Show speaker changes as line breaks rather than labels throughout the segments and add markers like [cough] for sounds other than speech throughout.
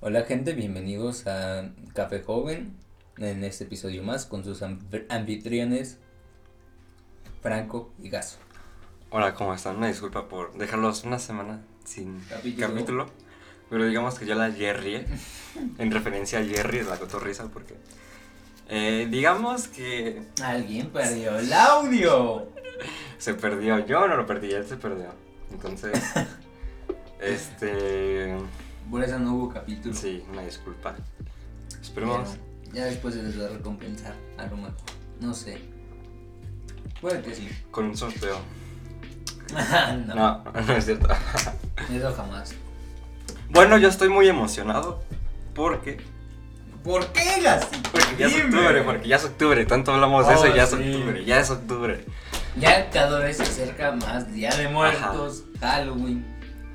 Hola gente, bienvenidos a Café Joven en este episodio más con sus anf- anfitriones Franco y Gaso.
Hola, ¿cómo están? Una disculpa por dejarlos una semana sin
Capítulo.
capítulo. Pero digamos que yo la Jerry, en referencia a Jerry de la cotorriza, porque. eh, digamos que
Alguien perdió el audio.
se perdió. Yo no lo perdí, él se perdió.
[laughs]
Entonces. este.
Por eso no hubo capítulo.
Sí, una disculpa.
Pero
Esperemos.
ya después se les va a recompensar, a lo mejor. No sé. Puede que sí. [laughs]
Con un sorteo.
no,
No, [laughs] no es cierto.
eso jamás.
Bueno, yo estoy muy emocionado porque.
¿Por qué, Gasi?
Porque ya es
Dime.
octubre, porque ya es octubre, tanto hablamos de
Oh,
eso y ya es
sí.
octubre, ya es octubre.
Ya cada vez se acerca más Día de Muertos, Halloween.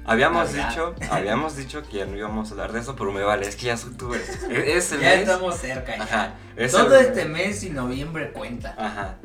Habíamos
Navidad.
dicho, habíamos dicho que ya no íbamos a hablar de eso, pero me vale, es que ya es octubre. Es, es
[laughs]
el
Ya
mes.
estamos cerca. ya.
Ajá. es
Todo
el-
este mes y noviembre cuenta.
Ajá.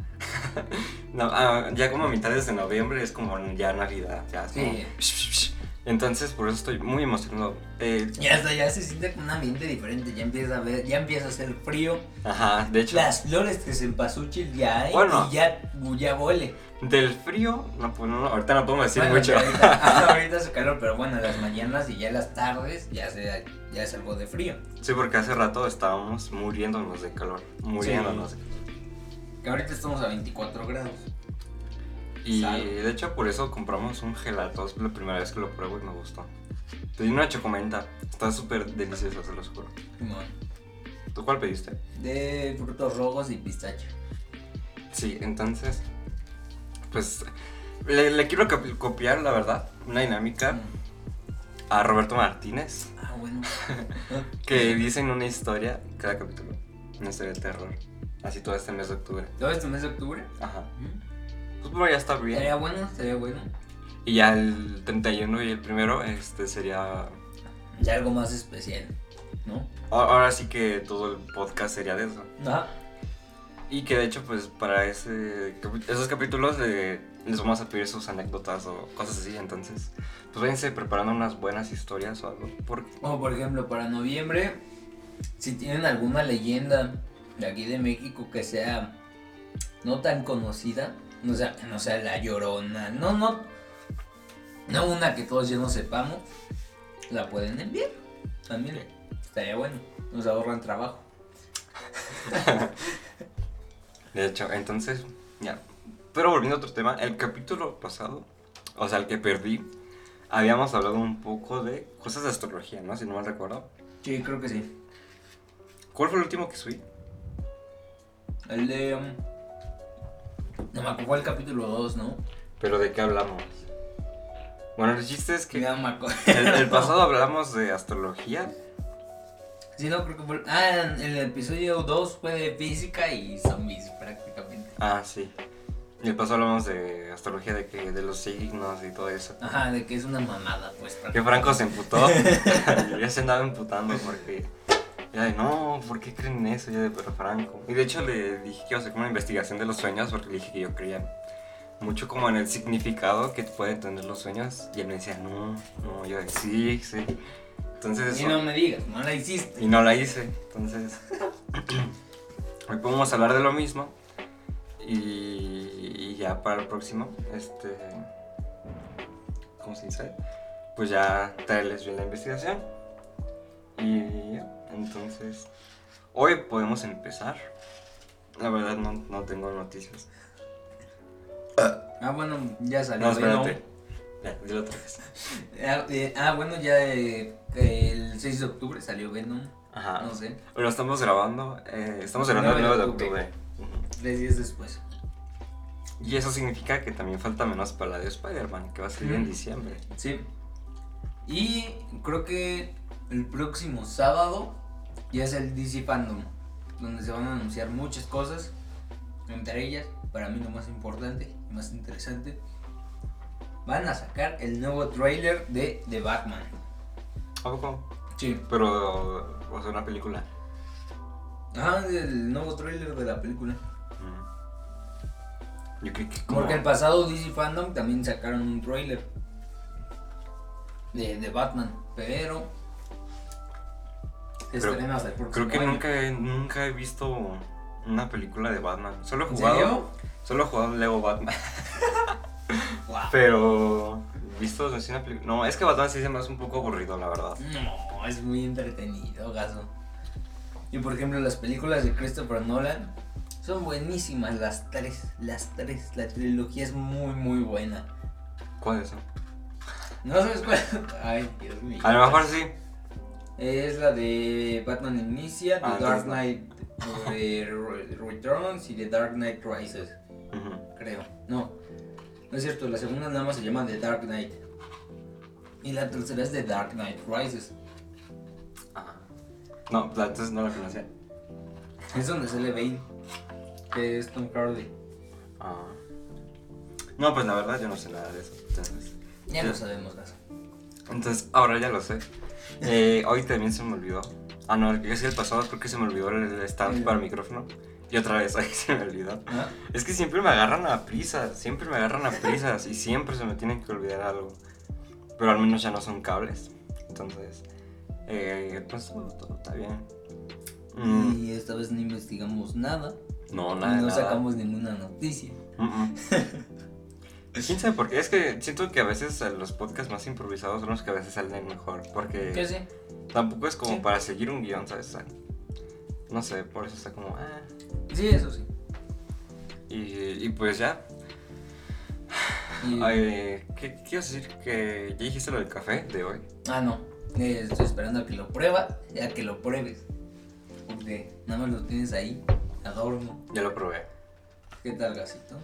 [laughs] No, ah, ya como a mitades de noviembre es como ya Navidad, ya es como-
Sí.
Entonces por eso estoy muy emocionado. Eh,
Ya hasta ya se siente con un ambiente diferente, ya empieza a ver, ya empieza a hacer frío.
ajá, de hecho,
Las flores de cempasúchil ya hay
Bueno.
y ya, ya huele.
del frío, no, pues, no, ahorita no podemos decir
Bueno,
mucho.
ya Ahorita,
[laughs]
ajá, ahorita hace calor, pero bueno, las mañanas y ya las tardes ya se ya es algo de frío.
Sí, porque hace rato estábamos muriéndonos de calor, muriéndonos de
Que ahorita estamos a 24 grados.
Y
Salud.
de hecho por eso compramos un gelato, es la primera vez que lo pruebo y me gustó. Pedí una chocomenta, está súper deliciosa, se los juro.
Simón.
¿Tú cuál pediste?
De frutos rojos y pistacho.
Sí, entonces, pues le, le quiero copi- copiar, la verdad, una dinámica a Roberto Martínez,
Mm. Ah,
[laughs]
bueno.
que dice en una historia, cada capítulo, una historia de terror, así todo este mes de octubre.
¿Todo este mes de octubre?
Ajá.
¿Mm?
Pues bueno, ya está
Estaría
bien.
bueno, estaría bueno.
Y ya el 31 y el primero, este sería
Ya algo más especial, ¿no?
A- Ahora sí que todo el podcast sería de eso.
Ajá.
Y que de hecho, pues para ese, capi- esos capítulos eh, les vamos a pedir sus anécdotas o cosas así. Entonces, pues váyanse preparando unas buenas historias o algo. Porque,
O por ejemplo, para noviembre, si tienen alguna leyenda de aquí de México que sea no tan conocida, no sea, no sea la llorona, no, no, no una que todos ya no sepamos, la pueden enviar. También estaría bueno, nos ahorran trabajo.
de hecho, entonces, ya. Pero volviendo a otro tema, el capítulo pasado, o sea, el que perdí, habíamos hablado un poco de cosas de astrología, ¿no? Si no mal recuerdo.
Sí, creo que sí.
¿Cuál fue el último que subí?
El de. um, no me acuerdo, fue el capítulo 2, ¿no?
Pero de qué hablamos. Bueno, el chiste es
Que [laughs]
que
ya me acuerdo.
el, el pasado hablamos de astrología.
Sí, no, creo que fue. Ah, en el episodio 2 fue de física y zombies prácticamente.
Ah, sí. Y el paso hablamos de astrología, de, que, de los signos y todo eso.
Ajá, de que es una mamada, pues.
Que Franco
[laughs]
se emputó. [laughs] Yo ya se andaba emputando porque. Ya de, no, ¿por qué creen en eso? Ya de, pero Franco. Y de hecho le dije que iba a hacer como una investigación de los sueños porque le dije que yo creía mucho como en el significado que pueden tener los sueños. Y él me decía, no, no, yo de, sí, sí. Entonces
Y
eso-
no me digas, no la hiciste.
y no la hice. Entonces, hoy podemos hablar de lo mismo. Y, y ya para el próximo, este. ¿Cómo se dice? Pues ya traerles yo la investigación. Y ya, entonces. Hoy podemos empezar. La verdad, no, no tengo noticias.
Ah, bueno, ya salió.
No,
Venom.
espérate. Ya, dilo otra vez.
Ah, eh, ah, bueno, ya eh, el 6 de octubre salió Venom.
Ajá.
No sé,
Lo estamos grabando. eh, estamos grabando el 9 de octubre. Ujú.
tres días después.
Y eso significa que también falta menos para la de Spider-Man, que va a salir en
Mm.
diciembre.
Sí. Y creo que el próximo sábado ya es el DC Fandom, donde se van a anunciar muchas cosas. Entre ellas, para mí lo más importante y más interesante, van a sacar el nuevo trailer de The Batman.
¿A poco?
Sí.
Pero, o sea, una película.
Ah, el nuevo trailer de la película.
Mm. Yo creo que como...
Porque el pasado DC Fandom también sacaron un trailer de, de Batman, pero estrenos del próximo
Creo que
año.
nunca, he- nunca he visto una película de Batman. Solo he
¿En
jugado.
serio?
Solo he jugado Lego Batman. [laughs]
Guau.
Pero. ¿Visto así una película? No, es que Batman sí se me hace un poco aburrido, la verdad.
No, es muy entretenido, gaso. Y por ejemplo, las películas de Christopher Nolan son buenísimas, las tres, las tres. La trilogía es muy, muy buena.
¿Cuál es eso?
¿No sabes cuál? [laughs] Ay, Dios mío.
A lo mejor sí.
Es la de Batman Inicia, The
Ah,
Dark
entonces no.
Knight eh, Re- Returns y The Dark Knight Rises,
Ujú.
creo. No, no es cierto, la segunda nada más se llama The Dark Knight. Y la tercera es The Dark Knight Rises.
Ah. No, la- entonces no la conocía.
Es donde sale Bane, que es Tom Hardy.
Ah. No, pues la verdad yo no sé nada de eso. Entonces,
Ya lo sabemos, Gaso.
entonces ahora ya lo sé. Eh, hoy también se me olvidó. Ah, no, yo sí el pasado porque se me olvidó el stand para el micrófono. Y otra vez, [laughs] ahí se me olvidó.
¿Ah?
Es que siempre me agarran a prisas, siempre me agarran a prisas y siempre se me tienen que olvidar algo. Pero al menos ya no son cables. Entonces, eh, pues todo, todo está bien. Mm,
Y esta vez no investigamos nada,
no,
y
nada.
no
nada.
sacamos ninguna noticia.
Mm, mm.
[laughs]
¿Quién sabe por qué? Es que siento que a veces eh, los podcasts más improvisados son los que a veces salen mejor.
¿Qué
Porque
sé?
tampoco es como
Sí.
para seguir un guión, ¿sabes? No sé, por eso está como... ah.
Sí, eso sí.
Y, y pues ya.
Y-
Ay, ¿Qué qué ibas a decir? ¿Que ya dijiste lo del café de hoy?
Ah, no. Eh, estoy esperando a que lo prueba, a que lo pruebes. Porque nada más lo tienes ahí, adorno.
Ya lo probé.
¿Qué tal, gasito?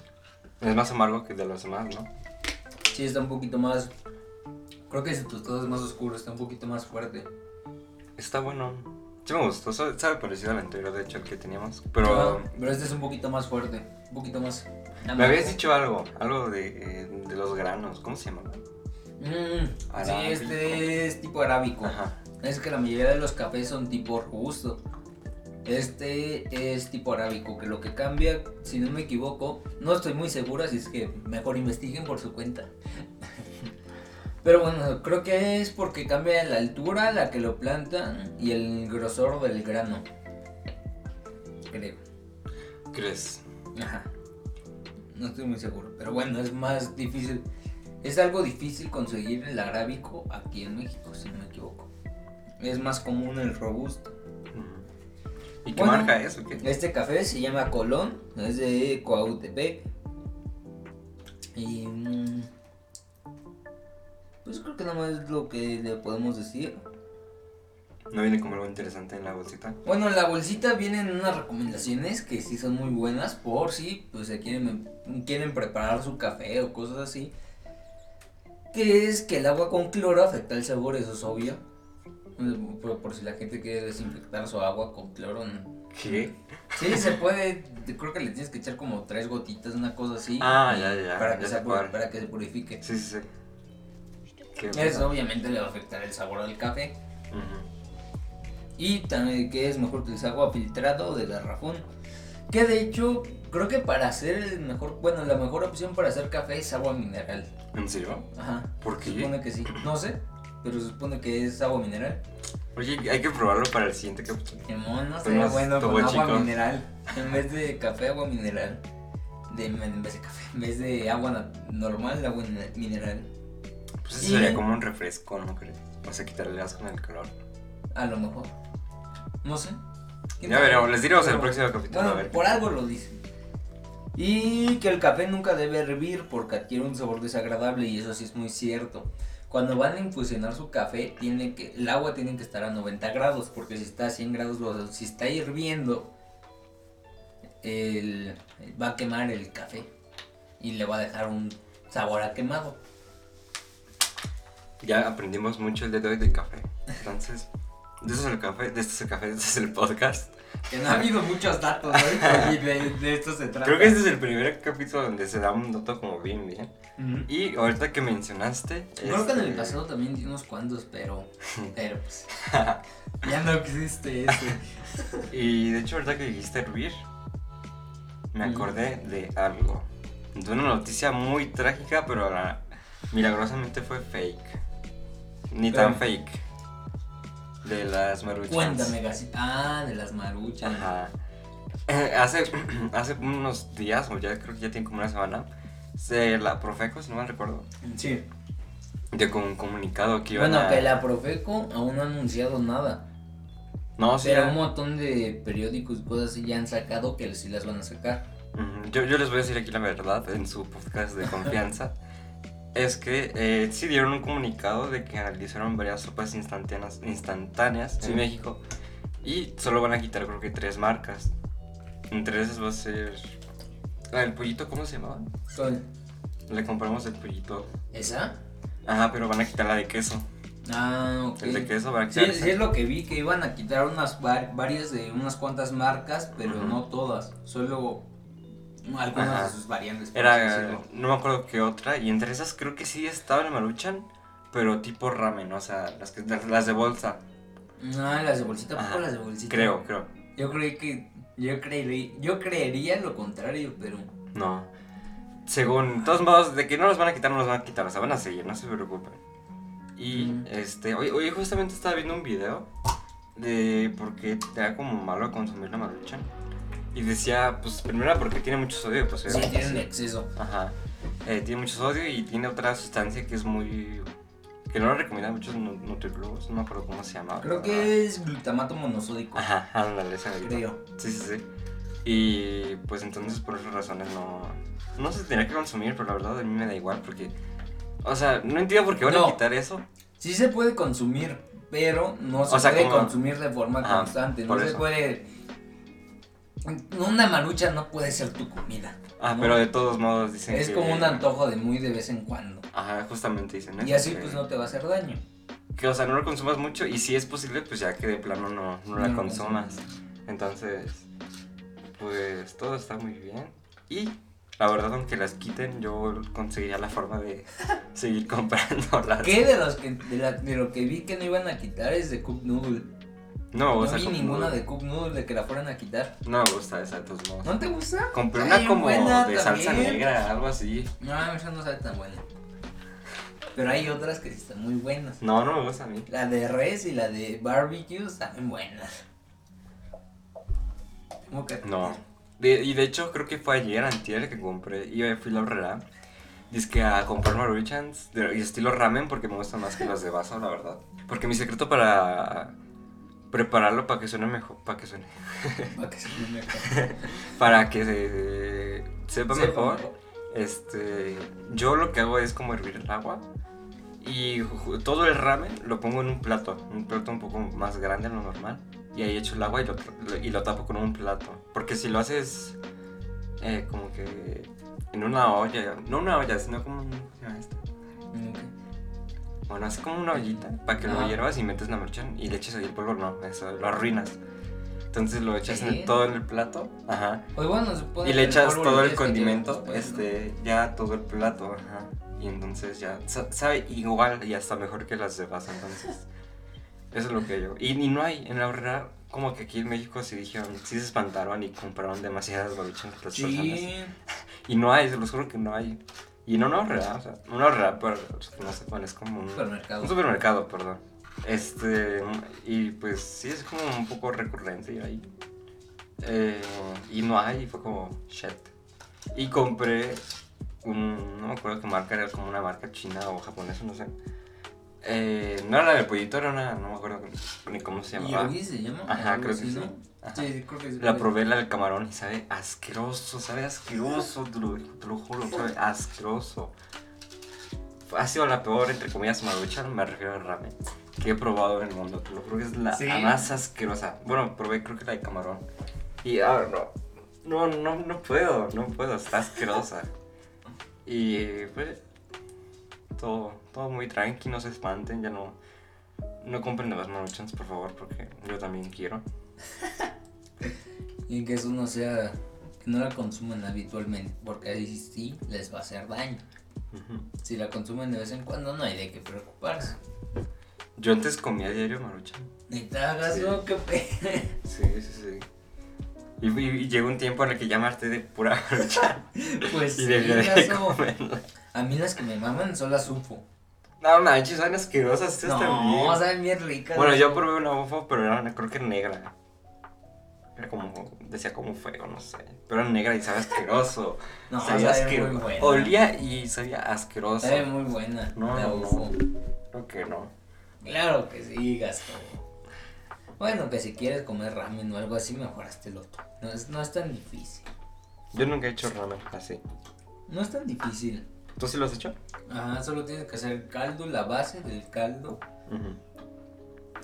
Es más amargo que de los demás, ¿no?
Sí, está un poquito más. Creo que su tostado es más oscuro, está un poquito más fuerte.
Está bueno. Sí me gustó. Sabe sabe parecido al anterior, de hecho, el que teníamos. Pero... um,
Ah, pero este es un poquito más fuerte, un poquito más.
Me habías dicho algo, algo de, eh, de los granos, ¿cómo se llama?
Mm, sí,
Arábico.
este es tipo arábico.
Ajá.
Es que la mayoría de los cafés son tipo robusto. Este es tipo arábico, que lo que cambia, si no me equivoco, no estoy muy segura, así es que mejor investiguen por su cuenta. [laughs] Pero bueno, creo que es porque cambia la altura a la que lo plantan y el grosor del grano. Creo.
¿Crees?
Ajá. No estoy muy seguro, pero bueno, es más difícil. Es algo difícil conseguir el arábico aquí en México, si no me equivoco. Es más común el robusto.
¿Y qué
Mm. Bueno.
marca es o qué?
Este café se llama Colón, es de Coautepec. Y. mm, Pues creo que nada más es lo que le podemos decir.
¿No viene como algo interesante en la bolsita?
Bueno, en la bolsita vienen unas recomendaciones que sí son muy buenas por si pues se quieren, quieren preparar su café o cosas así. Que es que el agua con cloro afecta el sabor, eso es obvio. Mm, Por, por si la gente quiere desinfectar su agua con cloro. mm.
¿Qué?
Sí, se puede, te- creo que le tienes que echar como tres gotitas, una cosa así.
Ah,
y-
ya, ya, ya,
Para
ya
que,
sé
se, pu-
cuál.
para que se purifique.
Sí, sí, sí. ¿Qué
Eso obviamente le va a afectar el sabor del café.
Ujú.
Y también que es mejor utilizar agua filtrada o de garrafón. Que de hecho, creo que para hacer el mejor, bueno, la mejor opción para hacer café es agua mineral.
¿En serio?
Ajá.
¿Por
Se
qué?
supone que sí. No sé, pero se supone que es agua mineral.
Oye, hay que probarlo para el siguiente capítulo.
Que mono,
Pues
sería
más
bueno con
estuvo
agua
chico.
mineral. En vez de café, agua mineral. De, en vez de café, en vez de agua na- normal, agua min- mineral.
Pues eso
Y-
sería como un refresco, ¿no crees? O sea, quitarle el asco en el calor.
A lo mejor. No sé. ¿Quién
Ya
sabe?
veremos, les diremos el
Pero-
próximo capítulo.
Bueno,
a ver.
por algo lo dice. Y que el café nunca debe hervir porque adquiere un sabor desagradable y eso sí es muy cierto. Cuando van a infusionar su café, tiene que, el agua tiene que estar a 90 grados porque si está a 100 grados, lo- si está hirviendo, el- va a quemar el café y le va a dejar un sabor a quemado.
Ya aprendimos mucho el día de hoy del café. Entonces, de eso es el café, de este es el café, de este es el podcast.
Que no ha habido muchos datos ¿no? [laughs] y de, de esto se trata.
Creo que este es el primer capítulo donde se da un dato como bien, bien.
Ujú.
Y ahorita que mencionaste.
Creo que en el
este,
pasado también di unos cuantos, pero.
[laughs]
Pero pues. ya no existe
[laughs]
ese.
Y de hecho, ahorita que dijiste hervir, me
Ujú.
acordé de algo. De una noticia muy trágica, pero la- milagrosamente fue fake. Ni tan
Pero-
fake. de las maruchas.
Cuéntame, Gassi. Ah, de las maruchas.
Pues, Ajá. Eh, hace, [clears throat] hace unos días, o ya creo que ya tiene como una semana, se, la Profeco, si no mal recuerdo,
Sí.
dio como un comunicado que iban
Bueno,
a...
que la Profeco aún no ha anunciado nada.
No, sí,
pero
ya-
un montón de periódicos y cosas así ya han sacado que sí las van a sacar.
Ujú, Yo, yo les voy a decir aquí la verdad en su podcast de
[laughs]
confianza. es que eh, sí dieron un comunicado de que analizaron varias sopas instantáneas, instantáneas
Sí.
en México y solo van a quitar creo que tres marcas. Entre esas va a ser... ah, el pollito, ¿cómo se llamaba?
¿Cuál?
Le compramos el pollito.
¿Esa?
Ajá, pero van a quitar la de queso.
Ah, ok.
El de queso van a
Sí,
quitar esa.
sí es lo que vi, que iban a quitar unas var- varias de unas cuantas marcas, pero
Ujú.
no todas, solo algunas
Ajá.
de sus variantes. por así
Era,
decirlo.
no me acuerdo qué otra, y entre esas creo que sí estaba la maruchan, pero tipo ramen, o sea, las, que, las de bolsa,
No, las de bolsita, ¿por
Ajá,
las de bolsita?
creo, creo.
Yo creí que, yo creería, yo creería lo contrario, pero...
No. Según, de todos modos, de que no los van a quitar, no los van a quitar, o sea, van a seguir, no se preocupen. Y,
Ujú.
este, hoy, hoy justamente estaba viendo un video de por qué te da como malo consumir la maruchan. Y decía, pues, primero porque tiene mucho sodio, pues,
Sí,
obviamente,
tienen
sí.
exceso.
Ajá. Eh, tiene mucho sodio y tiene otra sustancia que es muy... que no lo recomiendan muchos nu- nutriólogos, no me acuerdo cómo se llama.
Creo
pero-
que es glutamato monosódico,
Ajá, ándale, esa misma.
creo.
Sí, sí, sí. Y pues entonces por esas razones no... No se tendría que consumir, pero la verdad a mí me da igual porque... O sea, no entiendo por qué van
No.
a quitar eso.
Sí se puede consumir, pero no se
O sea,
puede
como-
consumir de forma
Ajá,
constante, no
por
se
eso.
puede... Una marucha no puede ser tu comida.
Ah,
¿no?
pero de todos modos dicen
Es
que-
como un antojo de muy de vez en cuando.
Ajá, justamente dicen eso.
Y así
que-
pues no te va a hacer daño.
Que, o sea, no lo consumas mucho y si es posible, pues ya que de plano no, no
No
la
lo
consumas. Entonces, pues todo está muy bien. Y la verdad, aunque las quiten, yo conseguiría la forma de [laughs] seguir comprándolas.
¿Qué de los que de, la- de lo que vi que no iban a quitar es de Cup Noodle?
No,
No
o sea,
vi
como-
ninguna de Cup Noodle de que la fueran a quitar.
No me gusta esa, de todos modos.
¿No te gusta?
Compré
Está
una
bien
como
buena
de salsa
también.
negra, algo así.
No, esa no sabe tan buena. Pero hay otras que sí están muy buenas.
No, no me gusta a mí.
La de res y la de barbecue están buenas. Tengo que
No. De- y de hecho, creo que fue ayer, antier, que compré. Y eh, fui a la horrera. Dice que a comprar maruchans de- y estilo ramen porque me gustan más que las de vaso, la verdad. Porque mi secreto para prepararlo para que suene mejor, para que suene,
Para que se me
[laughs]
mejor.
para que se,
Sepa
sepa mejor, este, yo lo que hago es como hervir el agua y ju- todo el ramen lo pongo en un plato, un plato un poco más grande de lo normal y ahí echo el agua y lo, tra- y lo tapo con un plato, porque si lo haces eh, como que en una olla, no una olla, sino como un- ¿cómo se llama esto?
Nunca.
Bueno, así como una ollita para que lo
Ajá.
hiervas y metes la maruchan y le eches ahí el polvo, no, eso lo arruinas. Entonces lo echas en
Sí.
todo en el plato, ajá.
Pues bueno, se supone
Y
que
le echas
polvo lo
todo el
tienes que tirar
condimento,
después, ¿no?
este, ya todo el plato, ajá. Y entonces ya sa- sabe igual y hasta mejor que las de vaso, entonces. Eso es lo que yo. Y, y no hay, en la verdad, como que aquí en México sí dijeron, sí se espantaron y compraron demasiadas maruchas las personas.
Sí.
Y no hay, se los juro que no hay. Y no, no, real, o sea, no, real, pero pues, no sé cuál es como un.
Supermercado.
Un supermercado, perdón. Este, y pues sí, es como un poco recurrente ir ahí. Eh, y no hay, y fue como, shit. Y compré un, no me acuerdo qué marca, era como una marca china o japonesa, no sé. Eh, no era la del pollito, era una, no me acuerdo ni cómo se llamaba.
¿Yogui se llama?
Ajá,
Algo
creo
así,
que sí.
¿no?
Ajá.
Sí, sí, creo que sí.
La probé la del camarón y sabe asqueroso, sabe asqueroso, te lo, te lo juro, sabe asqueroso. Ha sido la peor, entre comillas, maruchan, me refiero al ramen, que he probado en el mundo, te lo juro que es la
¿Sí?
más asquerosa. Bueno, probé creo que la de camarón y ah, no, no, no, no puedo, no puedo, está asquerosa. Y pues, todo, todo muy tranqui, no se espanten, ya no, no compren las maruchans, por favor, porque yo también quiero.
Y que eso no sea. Que no la consuman habitualmente. Porque ahí sí les va a hacer daño.
Ujú.
Si la consumen de vez en cuando, no hay de qué preocuparse.
Yo antes comía diario maruchan.
Ni te hagas,
Sí.
¿no? Qué pe- [laughs]
Sí, sí, sí. Y, y- y llegó un tiempo en el que ya me harté de pura maruchan.
Pues
y
sí,
dejé de
gaso.
comerla.
A mí las que me maman son las UFO.
No manches, saben asquerosas estas también.
No, saben bien ricas.
Bueno, yo probé una bofa, pero era una- creo que negra. Era como, decía como fuego, no sé. Pero era negra y sabía asqueroso.
[laughs] No,
sabía
sabe muy
asqueroso.
buena.
Olía y sabía asqueroso.
Sabe muy buena.
No,
la
no,
UFO.
Creo que no.
Claro que sí, gasto. Bueno, que si quieres comer ramen o algo así, mejor hazte tú. No es, no es tan difícil.
Yo nunca he hecho ramen así.
No es tan difícil.
¿Tú sí lo has hecho?
Ajá, solo tienes que hacer caldo, la base del caldo
Ujú.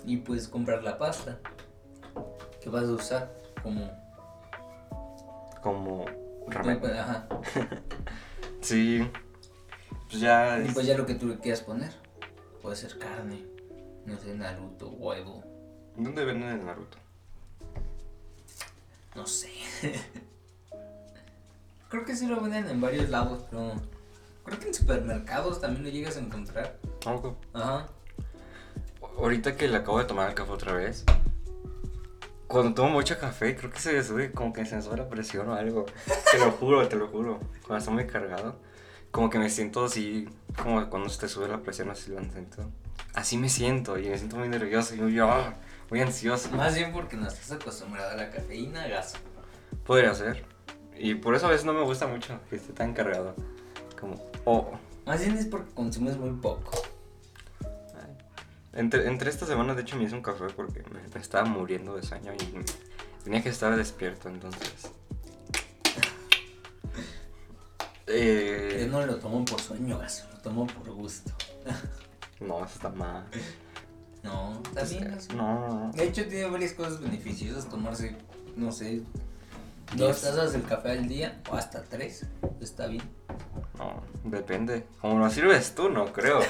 y puedes comprar la pasta que vas a usar como
Como ramen.
pues, Ajá.
Sí. Pues ya.
Y
es-
pues ya lo que tú le quieras poner. Puede ser carne, no sé, Naruto, huevo,
¿Dónde venden el Naruto?
no sé. [laughs] creo que sí lo venden en varios lados, pero creo que en supermercados también lo llegas a encontrar.
Algo.
Ajá.
Ahorita que le acabo de tomar el café otra vez. Cuando tomo mucho café, creo que se me sube como que se me sube la presión o algo. Te lo juro, te lo juro. Cuando está muy cargado, como que me siento así, como cuando se te sube la presión, así lo siento. Así me siento y me siento muy nervioso y muy, ah, muy ansioso.
Más bien porque no estás acostumbrado a la cafeína, gas.
Podría ser. Y por eso a veces no me gusta mucho que esté tan cargado. Como, oh.
Más bien es porque consumes muy poco.
Entre, entre esta semana, de hecho, me hice un café porque me, me estaba muriendo de sueño y me- tenía que estar despierto, entonces.
Yo
Eh,
no lo tomo por sueño, gas. Lo tomo por gusto.
no, eso está mal.
No, está bien, gas.
No, no, no.
De hecho, tiene varias cosas beneficiosas tomarse, no sé, dos tazas del café al día o hasta tres. Está bien.
No, depende. Como lo sirves tú, no creo.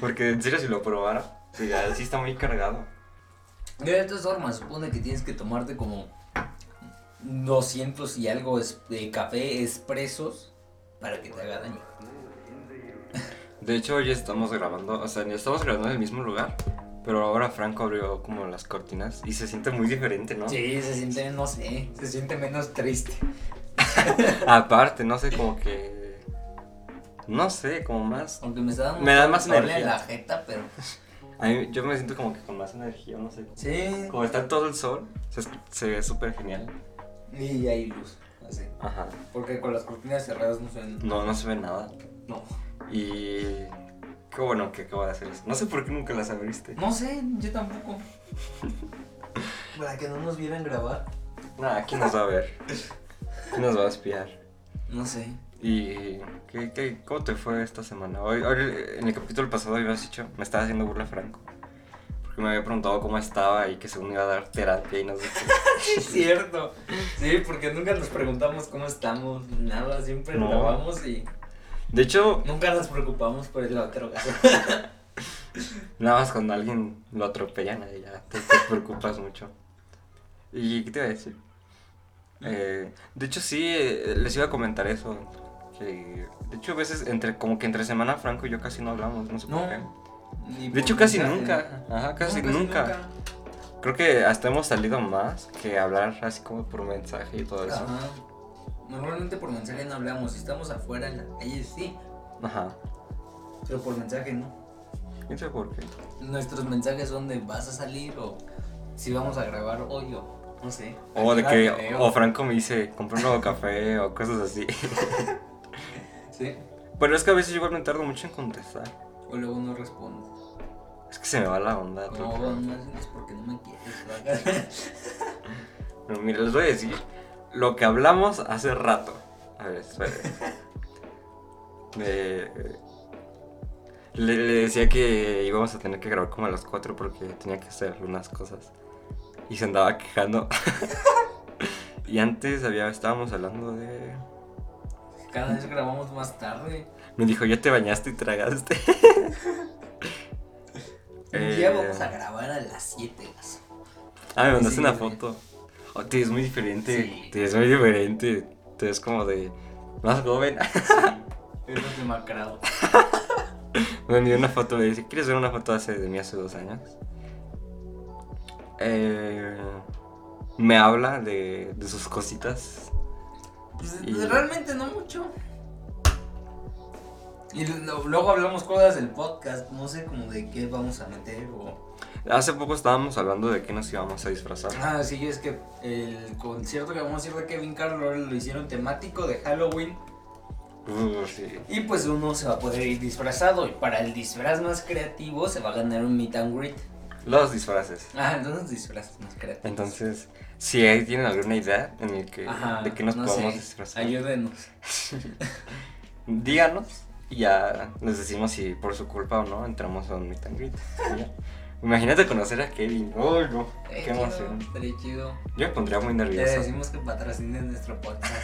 porque en serio, si lo probara, sí, ya sí está muy cargado.
De todas formas, supone que tienes que tomarte como 200 y algo es- de café expresos para que te haga daño.
De hecho, hoy estamos grabando, o sea, estamos grabando en el mismo lugar, pero ahora Franco abrió como las cortinas y se siente muy diferente, ¿no?
Sí, se siente, no sé, se siente menos triste.
Aparte, no sé, como que. No sé, como más.
Aunque me está dando
Me da más
doble
energía.
en la jeta, pero.
A mí, yo me siento como que con más energía, no sé.
Sí.
Como está todo el sol, se, es- se ve súper genial.
Y hay luz, así.
Ajá.
Porque con las cortinas cerradas no se ven.
No, no se ve nada.
No.
Y. Qué bueno que acabo de hacer eso. No sé por qué nunca las abriste.
No sé, yo tampoco. Para que no nos vieran grabar.
Nada, ¿quién nos va a ver? ¿Quién nos va a espiar?
No sé.
¿Y ¿qué, qué, cómo te fue esta semana? Hoy, hoy, en el capítulo pasado habías dicho, me estaba haciendo burla Franco. Porque me había preguntado cómo estaba y que según iba a dar terapia y no sé qué.
Sí, [laughs] [laughs] es cierto. Sí, porque nunca nos preguntamos cómo estamos, nada, siempre
No.
grabamos y
De hecho,
nunca nos preocupamos por el otro.
nada más cuando alguien lo atropellan ahí ya te, [laughs] te preocupas mucho. ¿Y qué te iba a decir? Eh, de hecho sí, eh, les iba a comentar eso. Que, de hecho a veces entre, como que entre semana Franco y yo casi no hablamos, no sé por qué.
No. ni
De hecho
por
casi
mensaje.
nunca, ajá,
No,
casi nunca. Creo que hasta hemos salido más que hablar así como por mensaje y todo eso. Ajá.
Ajá. Normalmente por mensaje no hablamos, si estamos afuera en la calle sí, pero por mensaje no.
No sé por qué.
Nuestros mensajes son de vas a salir o si vamos a grabar hoy o no sé.
O de
Aquí
que,
la veo.
o Franco me dice, compré un nuevo café o cosas así. [laughs]
Sí,
Pero es que a veces yo igual me tardo mucho en contestar.
o luego no respondes.
Es que se me va la onda. todo
No,
el
no
tiempo.
es porque no me quieres.
Pero mira, les voy a decir lo que hablamos hace rato. A ver,
[laughs]
espere. De- Le, le decía que íbamos a tener que grabar como a las 4 porque tenía que hacer algunas cosas. Y se
[laughs]
andaba quejando. y antes había, estábamos hablando de...
[laughs] Cada vez grabamos más tarde.
Me dijo, ya te bañaste y tragaste.
[laughs] Un
Eh,
día vamos a grabar a las 7.
Ah, me mandaste
Sí,
una
sí.
foto. Oh, te ves muy diferente.
Sí.
Te ves muy diferente. Te ves como de más joven. [laughs]
Pero demacrado.
Me envió una foto, me dice, ¿quieres ver una foto hace de mí hace dos años? Eh, me habla de, de sus cositas.
Pues
Y-
realmente no mucho. Y lo- luego hablamos cosas del podcast, no sé como de qué vamos a meter o...
Hace poco estábamos hablando de qué nos íbamos a disfrazar.
Ah, sí, es que el concierto que vamos a ir de Kevin Carl ahora lo hicieron temático de Halloween
Uh, sí.
y pues uno se va a poder ir disfrazado y para el disfraz más creativo se va a ganar un meet and greet.
Los disfraces.
Ah, entonces disfrazes más creativos.
Entonces, si ahí tienen alguna idea en el que,
Ajá,
de qué nos
no
podemos
sé,
disfrazar,
Ayúdenos.
díganos y ya les decimos si por su culpa o no entramos a un meet and greet. Y ya. Imagínate conocer a Kevin. Oh, no.
Eh,
Qué
chido,
emoción.
estaría chido.
Yo me pondría muy
Le
nervioso.
decimos que patrocinen nuestro
[laughs]
podcast.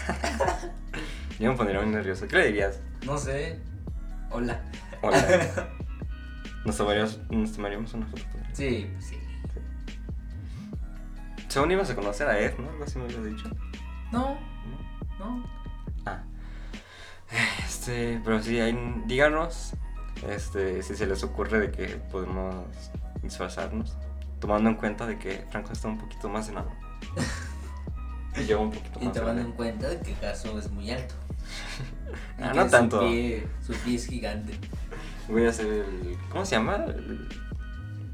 Yo me pondría muy nervioso. ¿Qué le dirías?
No sé. Hola.
Hola. Nos tomaríamos, nos tomaríamos una foto.
Sí, pues sí.
Según ibas a conocer a Ed, ¿no? Algo así me habías dicho.
No,
¿no?
no.
Ah. Este, pero sí, ahí díganos este, si se les ocurre de que podemos disfrazarnos, tomando en cuenta de que Franco está un poquito más enano.
[laughs]
Y yo un poquito
Y
más
tomando en
grande.
cuenta de que Caso es muy
[laughs]
alto. Y
Ah,
que
no
su
tanto.
Pie, su pie es gigante.
Voy a hacer el. ¿Cómo se llama? El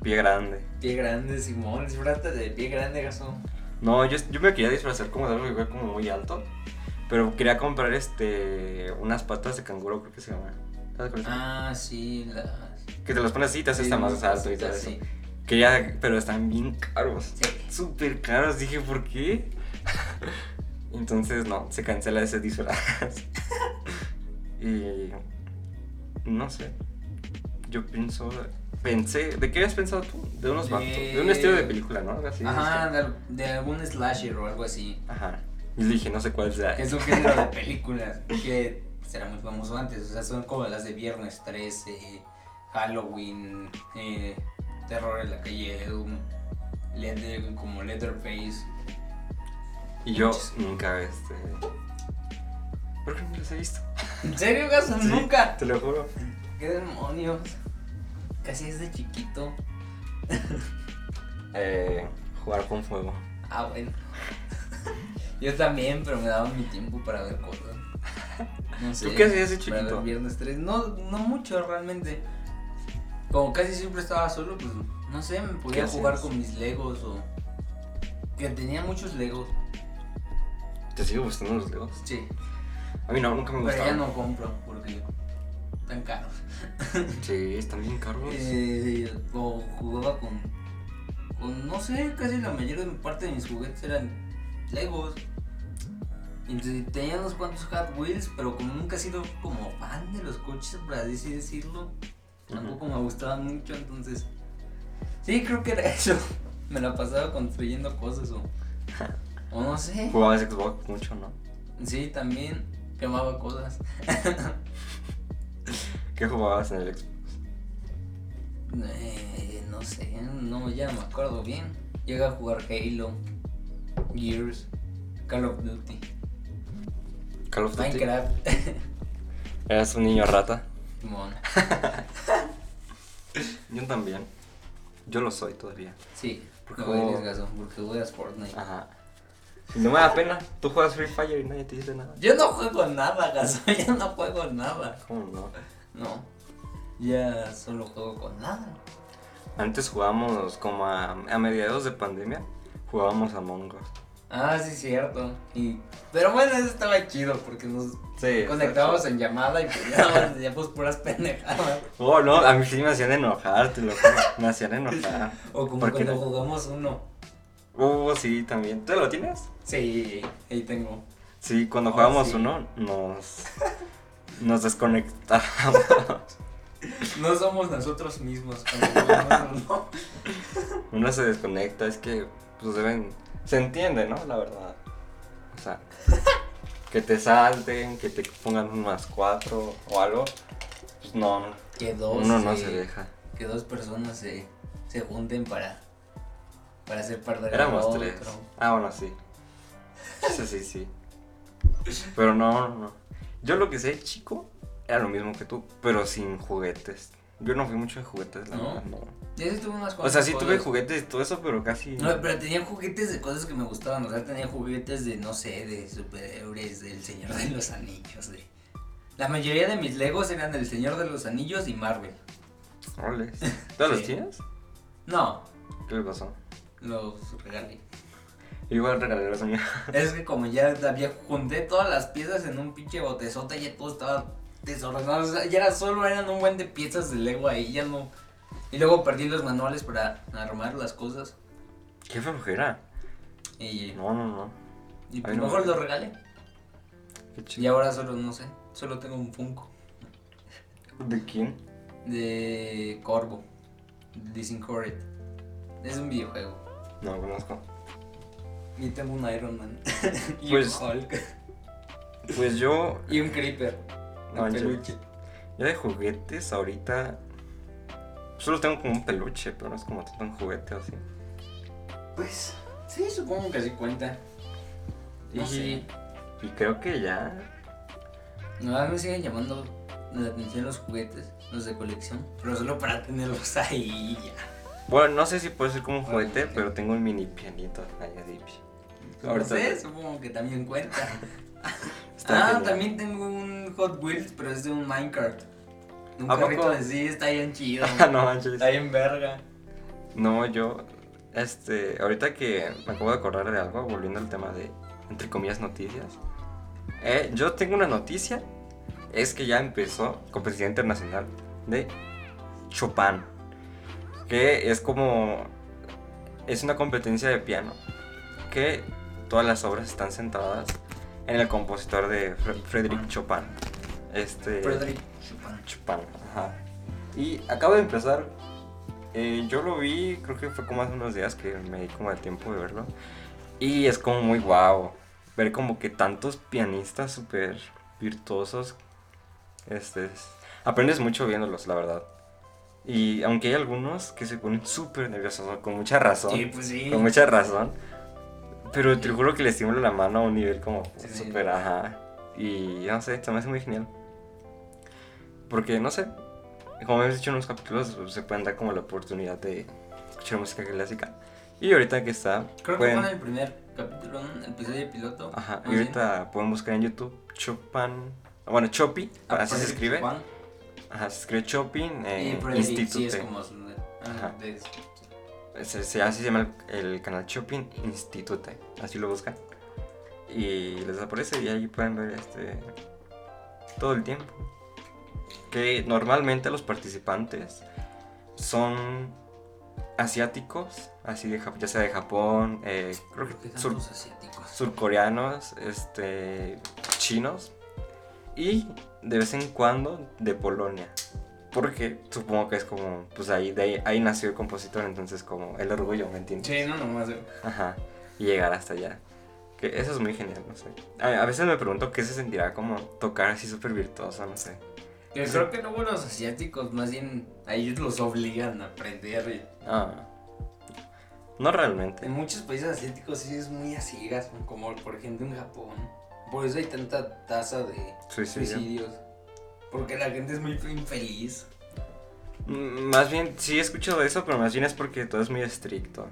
pie grande.
Pie grande, Simón. Disfrázate de pie grande, Caso.
No, yo, yo me quería disfrazar como de algo que fuera como muy alto. Pero quería comprar este. unas patas de canguro, creo que se llama. ¿Sabes cuáles son?
Ah, sí, las.
Que te las pones así y te
Ah.
haces
sí,
hasta más
las
alto y todo
cositas,
eso.
sí.
Que ya, pero están bien caros.
Sí.
Súper caros, dije, ¿por qué? Entonces, no, se cancela ese disfraz. [laughs] y. No sé. Yo pienso. Pensé. ¿De qué habías pensado tú? De unos
De-
vatos. De un estilo de película, ¿no? Algo así.
Ajá,
este.
de, de algún slasher o algo así.
Ajá. Y dije, no sé cuál sea.
Que es un género de películas que será muy famoso antes. O sea, son como las de Viernes 13, Halloween, eh, Terror en la calle Elm, Leather- como Letterface.
Y yo
Muchas.
nunca, este. ¿Por qué no los he visto?
¿En serio, Gaso?
Sí,
Pues Nunca.
Te lo juro.
¿Qué demonios? Casi desde chiquito.
Eh, jugar con fuego.
Ah, bueno. Yo también, pero me daba mi tiempo para ver cosas. No sé.
¿Tú qué hacías de
Para
chiquito?
los viernes 3. No, no mucho realmente. Como casi siempre estaba solo, pues no sé, me podía
hacías?
jugar con mis legos o. Que tenía muchos legos.
¿Te sigue gustando los dedos?
Sí.
A mí no, nunca me
Pero ya
gustaron.
no compro porque. Tan caros.
Sí, están bien caros.
Eh, o jugaba con, con, no sé, casi la mayor de- parte de mis juguetes eran Legos. Y entonces tenía unos cuantos Hot Wheels, pero como nunca he sido como fan de los coches, para así decirlo, tampoco me gustaban mucho, entonces... Sí, creo que era [laughs] eso. Me la pasaba construyendo cosas o... O no sé.
Jugabas Xbox mucho, ¿no?
Sí, también quemaba cosas. [laughs]
¿Qué jugabas en el Xbox?
Eh, no sé, no, ya no me acuerdo bien. Llegué a jugar Halo, Gears, Call of Duty,
Call of Duty. [laughs]
Minecraft.
Eras un niño rata.
Simón.
Yo también. Yo lo soy todavía.
Sí,
Porque
no eres
juego-
gasón porque juegas Fortnite.
Ajá. Y No me da pena. Tú juegas Free Fire y nadie te dice nada.
Yo no juego nada, gasón, [laughs] yo no juego nada.
¿Cómo no?
No, ya solo juego con nada.
Antes jugábamos como a, a mediados de pandemia. Jugábamos a Us.
Ah, sí, cierto. Y... Pero bueno, eso estaba chido porque nos
Sí.
conectábamos en llamada y pues [laughs] ya hacíamos puras pendejadas.
Oh, no, a mí sí me hacían enojar, te lo juro. Me hacían [laughs] enojar.
O como
¿Por qué
cuando
no?
jugamos uno.
Oh, sí, también. ¿Tú lo tienes?
Sí, ahí tengo.
Sí, cuando
Oh,
jugábamos
sí.
uno, nos, nos desconectábamos.
No somos nosotros mismos. cuando jugamos, ¿no?
Uno se desconecta, es que pues deben. Se entiende, ¿no? La verdad.
[laughs]
O sea, que te salten, que te pongan un más cuatro o algo. Pues no,
Que dos.
uno no se deja.
Que dos personas se, se junten para, para hacer perder al
Éramos
otro.
tres. Ah, bueno, sí. Sí, sí, sí. Pero no, no, no. Yo lo que sé, chico, era lo mismo que tú, pero sin juguetes. Yo no fui mucho de juguetes, la
¿No?
verdad, no.
Yo sí tuve unas
O sea,
cuantas
sí tuve
cosas.
juguetes y todo eso, pero casi.
No, pero tenía juguetes de cosas que me gustaban. O sea, tenía juguetes de, no sé, de superhéroes, del Señor de los Anillos, de La mayoría de mis Legos eran El Señor de los Anillos y Marvel.
Ole. ¿Todos los
Sí.
tienes?
No,
¿Qué le pasó?
los regalé.
Igual regalé los míos.
Es que como ya había junté todas las piezas en un pinche botezote, ya todo estaba desordenado. o sea, ya era solo, eran un buen de piezas de Lego ahí, ya no. Y luego perdí los manuales para armar las cosas.
Qué flojera.
Y,
No, no, no.
y
Ay,
pues
no.
mejor los regalé.
Qué
Y
chido.
ahora solo, no sé, solo tengo un Funko
¿De quién?
de Corvo. Disincorrect. Es un videojuego.
No lo
[laughs]
conozco.
Y tengo un Iron Man. [laughs] y
Pues-
un Hulk.
Pues yo.
Y un Creeper.
No,
Un
en serio.
peluche.
Yo de juguetes ahorita. Solo tengo como un peluche, pero no es como tanto un juguete o así.
Pues, sí, supongo que sí cuenta. No
y,
sé.
y creo que ya.
No, a mí me siguen llamando la atención los juguetes, los de colección, pero solo para tenerlos [laughs] ahí y ya.
Bueno, no sé si puede ser como un
Bueno,
juguete,
sí.
pero tengo un mini pianito ahí así.
No
Ahorita- pues.
sé, supongo que también cuenta.
[laughs] Está
ah,
genial.
también tengo un Hot Wheels, pero es de un Minecraft. Un
¿A poco?
carrito de sí, está bien chido.
[laughs] Ah, [laughs] no manches.
está bien verga.
No, yo. Este. Ahorita que me acabo de acordar de algo, volviendo al tema de. Entre comillas, noticias. Eh, yo tengo una noticia. Es que ya empezó competencia internacional de Chopin. Que es como. Es una competencia de piano. Que todas las obras están centradas en el compositor de Fre- Frédéric Chopin. Este.
Frederick Chopin.
Chupán, ajá. Y acaba de empezar. eh, yo lo vi, creo que fue como hace unos días que me di como el tiempo de verlo. Y es como muy guau. Ver como que tantos pianistas súper virtuosos. Este, es- aprendes mucho viéndolos, la verdad. Y aunque hay algunos que se ponen súper nerviosos, ¿no? con mucha razón.
Sí, pues sí.
Con mucha razón. Pero te juro que le estimula la mano a un nivel como
Sí,
súper
sí.
ajá. Y no sé, se me hace muy genial. Porque no sé, como hemos dicho en unos capítulos, se pueden dar como la oportunidad de escuchar música clásica. Y ahorita que está,
Creo que
pueden-
fue en el primer capítulo, ¿no? el Ah, episodio piloto.
ajá, y
Más bien.
ahorita pueden buscar en YouTube Chopin. Bueno, Chopi,
Ah,
así
Frederick
se escribe.
Chopin.
Ajá, se escribe Chopin
Y
eh,
Frederick, sí,
Institute.
es como su-
Ajá.
ah, de-
se, se- así se llama el, el canal Chopin Institute, así lo buscan. Y les aparece y ahí pueden ver este todo el tiempo. Que normalmente los participantes son asiáticos, así de, Jap- ya sea de Japón, eh, creo
Creo que
que
son
sur-
los asiáticos.
surcoreanos, este, chinos y de vez en cuando de Polonia. Porque supongo que es como, pues ahí, de ahí, ahí nació el compositor, entonces como el orgullo, ¿me entiendes?
Sí, no nomás.
Ajá, y llegar hasta allá. Que eso es muy genial, no sé. A, a veces me pregunto qué se sentirá como tocar así súper virtuoso, no sé.
Yo creo que luego los asiáticos más bien a ellos los obligan a aprender.
Ah, no
y
realmente.
En muchos países asiáticos sí es muy a ciegas, ¿no? como por ejemplo en Japón. Por eso hay tanta tasa de
Suicidio.
suicidios. Porque la gente es muy infeliz.
Mm, Más bien, sí he escuchado eso, pero más bien es porque todo es muy estricto.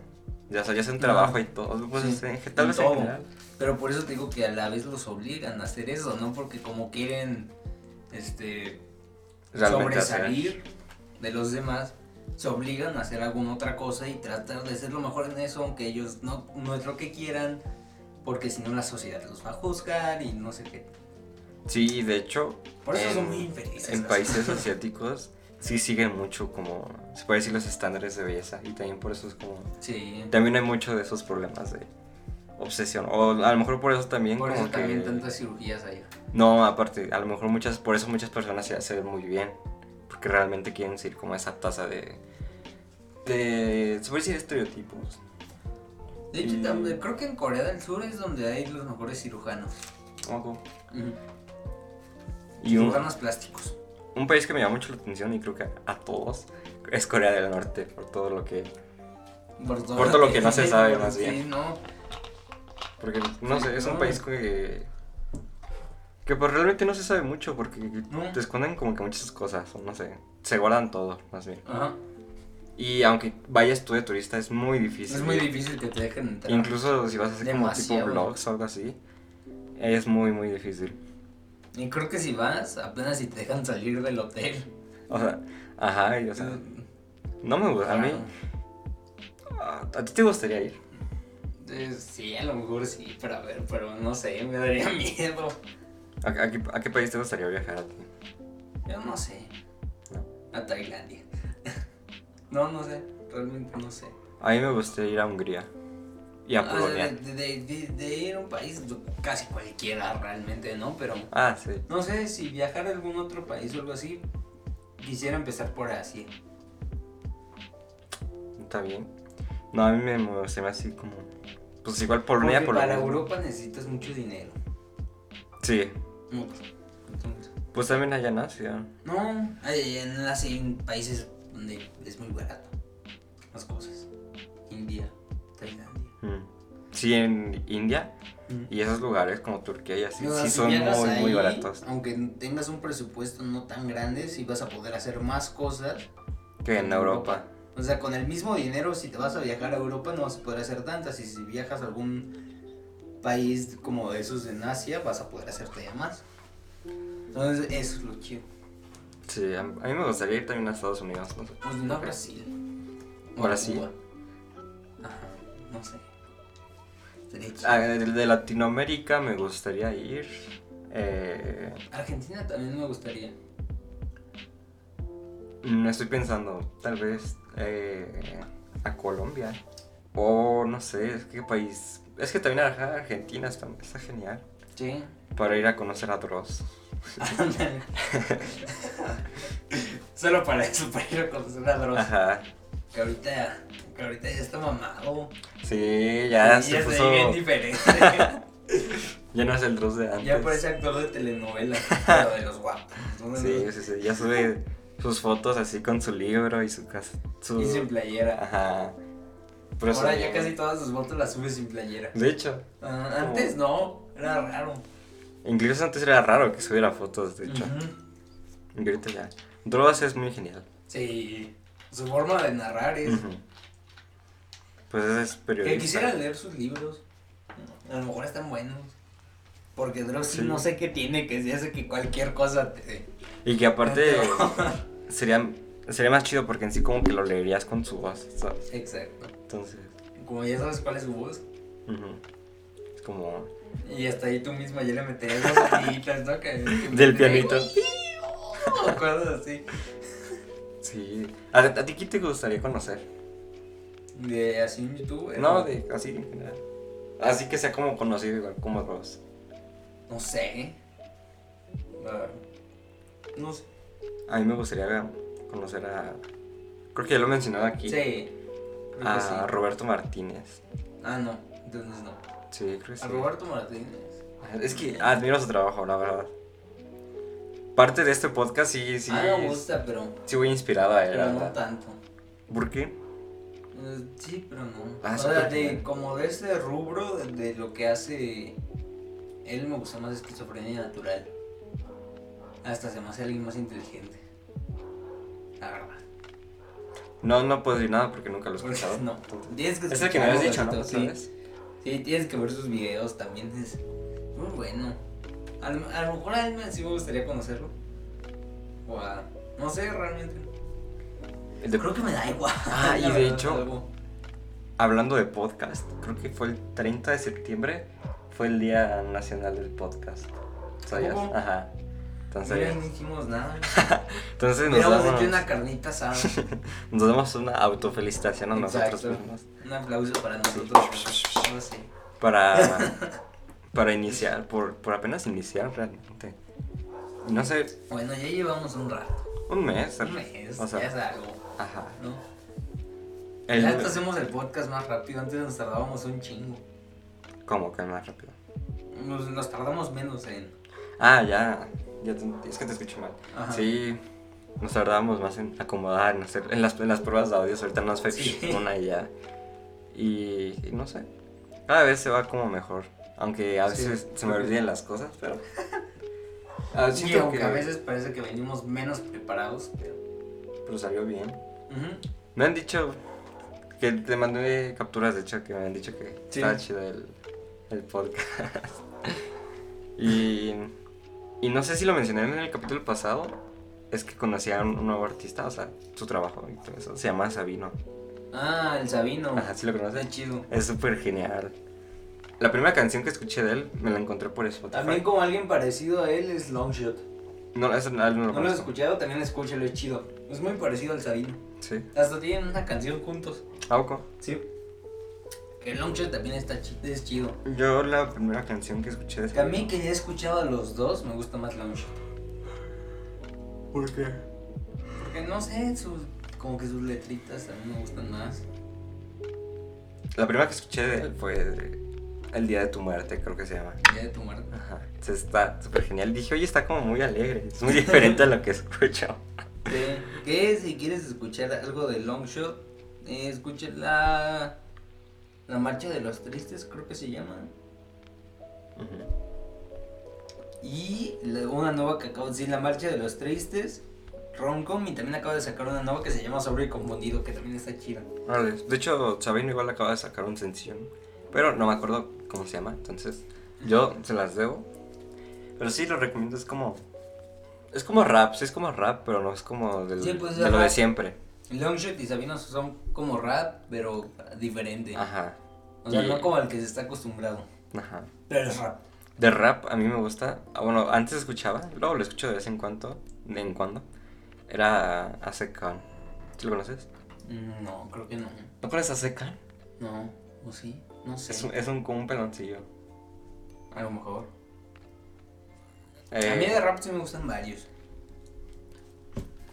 Ya, o sea, ya es un
Ajá.
trabajo y todo. Pues,
Ah, Sí,
en ge- tal
en
vez
todo.
en general.
Pero por eso te digo que a la vez los obligan a hacer eso, ¿no? Porque como quieren este
Realmente hacer.
sobresalir de los demás, se obligan a hacer alguna otra cosa y tratar de ser lo mejor en eso, aunque ellos no, no es lo que quieran, porque si no la sociedad los va a juzgar y no sé qué.
Sí, y de hecho.
Por eso
en-
son muy infelices.
En
las- [laughs]
países asiáticos sí siguen mucho como. Se puede decir los estándares de belleza. Y también por eso es como.
Sí.
También hay mucho de esos problemas de obsesión. O a lo mejor por eso también.
Por
como
eso también
que-
tantas cirugías allá.
No, aparte, a lo mejor muchas, por eso muchas personas se hacen muy bien, porque realmente quieren seguir como esa tasa de, de, se puede decir estereotipos.
De hecho,
Y-
también, creo que en Corea del Sur es donde hay los mejores cirujanos.
Ojo.
Ujú.
Y un,
Cirujanos plásticos.
un país que me llama mucho la atención y creo que a todos es Corea del Norte, por todo lo que,
Por todo,
Por todo lo que no se sabe, más
sí,
bien.
no.
porque no sé, es un
No.
país que, que pues realmente no se sabe mucho, porque
No.
te esconden como que muchas cosas, o no sé, se guardan todo, más bien.
Ajá.
Y aunque vayas tú de turista es muy difícil.
Es muy difícil que te dejen entrar.
Incluso si vas a hacer como tipo
Demasiado.
vlogs o algo así, es muy, muy difícil.
Y creo que si vas, apenas si te dejan salir del hotel.
O sea, ajá, y, o sea, no me gusta. A mí, ¿a a ti te gustaría ir?
Eh, Sí, a lo mejor sí, pero a ver, pero no sé, me daría [laughs] miedo.
¿A, a qué, a qué país te gustaría viajar a ti?
Yo no sé.
No.
A Tailandia. [laughs] No, no sé, realmente no sé.
A mí me gustaría ir a Hungría y a
O sea,
Polonia.
de, de- de- de ir a un país, casi cualquiera realmente, ¿no? Pero
Ah, sí.
no sé si viajar a algún otro país o algo así, quisiera empezar por Asia.
Está bien. No, a mí me, me- se me hace como. Pues igual Polonia,
Porque para
Polonia.
Europa necesitas mucho dinero.
Sí.
Mucho. Entonces,
Pues también allá en Asia.
No, hay, en Asia hay países donde es muy barato las cosas. India, Tailandia.
Mm. Sí, en India y esos lugares como Turquía y así,
O sea,
Mm. sí
si
son muy,
viajas
muy
ahí,
baratos.
Aunque tengas un presupuesto no tan grande, si vas a poder hacer más cosas.
Que en Europa.
O sea, con el mismo dinero, si te vas a viajar a Europa, no vas a poder hacer tantas. Y si viajas a algún país como de esos en Asia, vas a poder hacerte ya más. Entonces, eso es lo chido.
Sí, a, a mí me gustaría ir también a Estados Unidos. No sé.
Pues no a Brasil. O a
Brasil.
Cuba. Ajá, no sé. Estaría chido.
Ah, de, de Latinoamérica me gustaría ir. Eh,
Argentina también me gustaría.
mm, estoy pensando, tal vez eh, a Colombia. O no sé, es que país. Es que también ajá, Argentina está, está genial.
Sí.
Para ir a conocer a Dross. [laughs]
Solo para eso, para ir a conocer a Dross.
Ajá.
Que ahorita, que ahorita ya está mamado.
Sí, ya
Sí,
se
se
puso.
ve bien diferente.
[laughs] Ya no es el Dross de antes.
ya parece actor de
[laughs]
telenovela, pero de los guapos. ¿no?
Sí, sí, sí. Ya sube sus fotos así con su libro y su casa. Su...
Y sin playera.
Ajá. Pero
Ahora
Ah, eso-
ya casi todas sus fotos las sube sin playera.
De hecho,
Ah,
Oh.
antes no, era raro.
incluso antes era raro que subiera fotos, de hecho.
Ujú.
Y ahorita ya. Dross es muy genial.
Sí, su forma de narrar es.
Ujú. Pues ese es periodista.
Que quisiera leer sus libros. A lo mejor están buenos. Porque Dross sí
Sí.
no sé qué tiene, que se hace que cualquier cosa te.
Y que aparte [laughs] sería, sería más chido porque en sí como que lo leerías con su voz, ¿sabes?
Exacto.
Entonces,
Como ya sabes cuál es su voz.
ujú. es como...
Y hasta ahí tú mismo ya le meterías
[laughs]
las tiritas, ¿no? Que, que
Del
metes-
pianito.
O cosas así.
Sí. ¿A, a ti qué te gustaría conocer?
De así un youtuber.
No, de así en general. Así que sea como conocido igual, como Dross.
No sé. Ah, No sé.
A mí me gustaría conocer a... Creo que ya lo he mencionado aquí.
Sí. Creo que
a
sí.
Roberto Martínez.
Ah, no. Entonces no.
Sí, creo que sí.
A Roberto Martínez.
Es que admiro su trabajo, la verdad. Parte de este podcast sí, sí.
Ah, me gusta, pero.
Sí, voy inspirado a él, la
Pero no
verdad.
tanto.
¿Por qué?
Eh, Sí, pero no.
Ah,
o
sí,
sea,
pero
de,
no.
como de ese rubro de, de lo que hace él me gusta más esquizofrenia natural. Hasta se me hace alguien más inteligente. La verdad.
No, no puedo decir nada porque nunca lo he
Porque
escuchado.
Pues, no. Tienes que
Es el que me habías dicho,
escucharlo,
¿no?
Gabito, Sí.
¿Sabes?
Sí, tienes que ver sus videos también. Es muy bueno. A lo, a lo mejor a él me- sí me gustaría conocerlo. O a. No sé, realmente.
De-
Creo que me da igual.
Ah,
[laughs]
y
la
de
verdad,
hecho-
algo.
hablando de podcast, creo que fue el 30 de septiembre, fue el Día Nacional del Podcast. ¿Sabías?
¿Cómo?
Ajá.
Mira,
Entonces,
no hicimos
[laughs]
nada.
entonces nos,
Hubiéramos
damos,
hecho una carnita asada.
nos damos una autofelicitación a nosotros
Exacto.
mismos
Un aplauso para nosotros. No sé. [laughs]
para, para iniciar, por, por apenas iniciar realmente. No sé,
Bueno, ya llevamos un rato.
un mes.
Un mes.
O sea,
ya es algo.
Ajá.
¿no?
El-
Ya hasta hacemos el podcast más rápido. Antes nos tardábamos un chingo.
¿Cómo que más rápido?
Nos, nos tardamos menos en.
Ah, ya. ya te- es que te escucho mal.
Ajá.
Sí, nos tardábamos más en acomodar, en, hacer, en, las, en las pruebas de audio. Ahorita nos fue
Sí.
[laughs] una y ya. Y, y no sé. Cada vez se va como mejor. Aunque a
Sí.
veces se me olvidan las cosas,
[laughs]
pero. Ah,
Sí,
siento
aunque
que-
a veces parece que venimos menos preparados, pero.
Pero salió bien. Me han dicho. Que te mandé capturas, de hecho, que me han dicho que
Sí.
está chido el, el podcast. [laughs] y. Y no sé si lo mencioné en el capítulo pasado, es que conocí a un, un nuevo artista, o sea, su trabajo y todo eso. Se llama Sabino.
Ah, el Sabino.
Ajá, ¿sí lo conoces?
Está chido.
Es súper genial. La primera canción que escuché de él me la encontré por Spotify.
También como alguien parecido a él es Longshot.
No, esa no, no lo
¿No lo has
conozco.
escuchado? También escúchalo, es chido. Es muy parecido al Sabino.
Sí.
Hasta tienen una canción juntos.
¿A poco?
Sí. Que Longshot también está chi- es chido.
Yo la primera canción que escuché de
Que a mí que he escuchado a los dos, me gusta más Longshot.
¿Por qué?
Porque no sé, sus, como que sus letritas a mí me gustan más.
La primera que escuché de él fue eh, El Día de tu Muerte, creo que se llama.
Ya de tu muerte.
Ajá. Se está súper genial. Dije, oye, está como muy alegre. Es muy diferente a lo que [laughs] escucho.
Que, que si quieres escuchar algo de Longshot, eh, escucha la, la Marcha de los Tristes, creo que se llama.
Ujú.
Y la- una nueva que acabo de decir, La Marcha de los Tristes, Roncom, y también acabo de sacar una nueva que se llama Sobre y Confundido, que también está chida.
Órale. De hecho, Sabino igual acaba de sacar un sencillo, ¿no? pero no me acuerdo cómo se llama. Entonces, yo se las debo. Pero sí, lo recomiendo. Es como. Es como rap, sí, es como rap, pero no es como del-
Sí, pues,
de lo
ajá.
de siempre.
Longshot y Sabino son como rap, pero diferente.
Ajá.
O sea,
Y-
no como al que se está acostumbrado.
Ajá.
Pero es rap.
De rap a mí me gusta, ah, bueno, antes escuchaba, luego lo escucho de vez en cuando, de en cuando, era Azek Khan. ¿Sí lo conoces?
Mm, No, creo que no.
¿No conoces a Azek Khan?
No, o sí, no sé.
Es, un, es un, como un peloncillo.
A lo mejor.
Eh,
A mí de rap sí me gustan varios.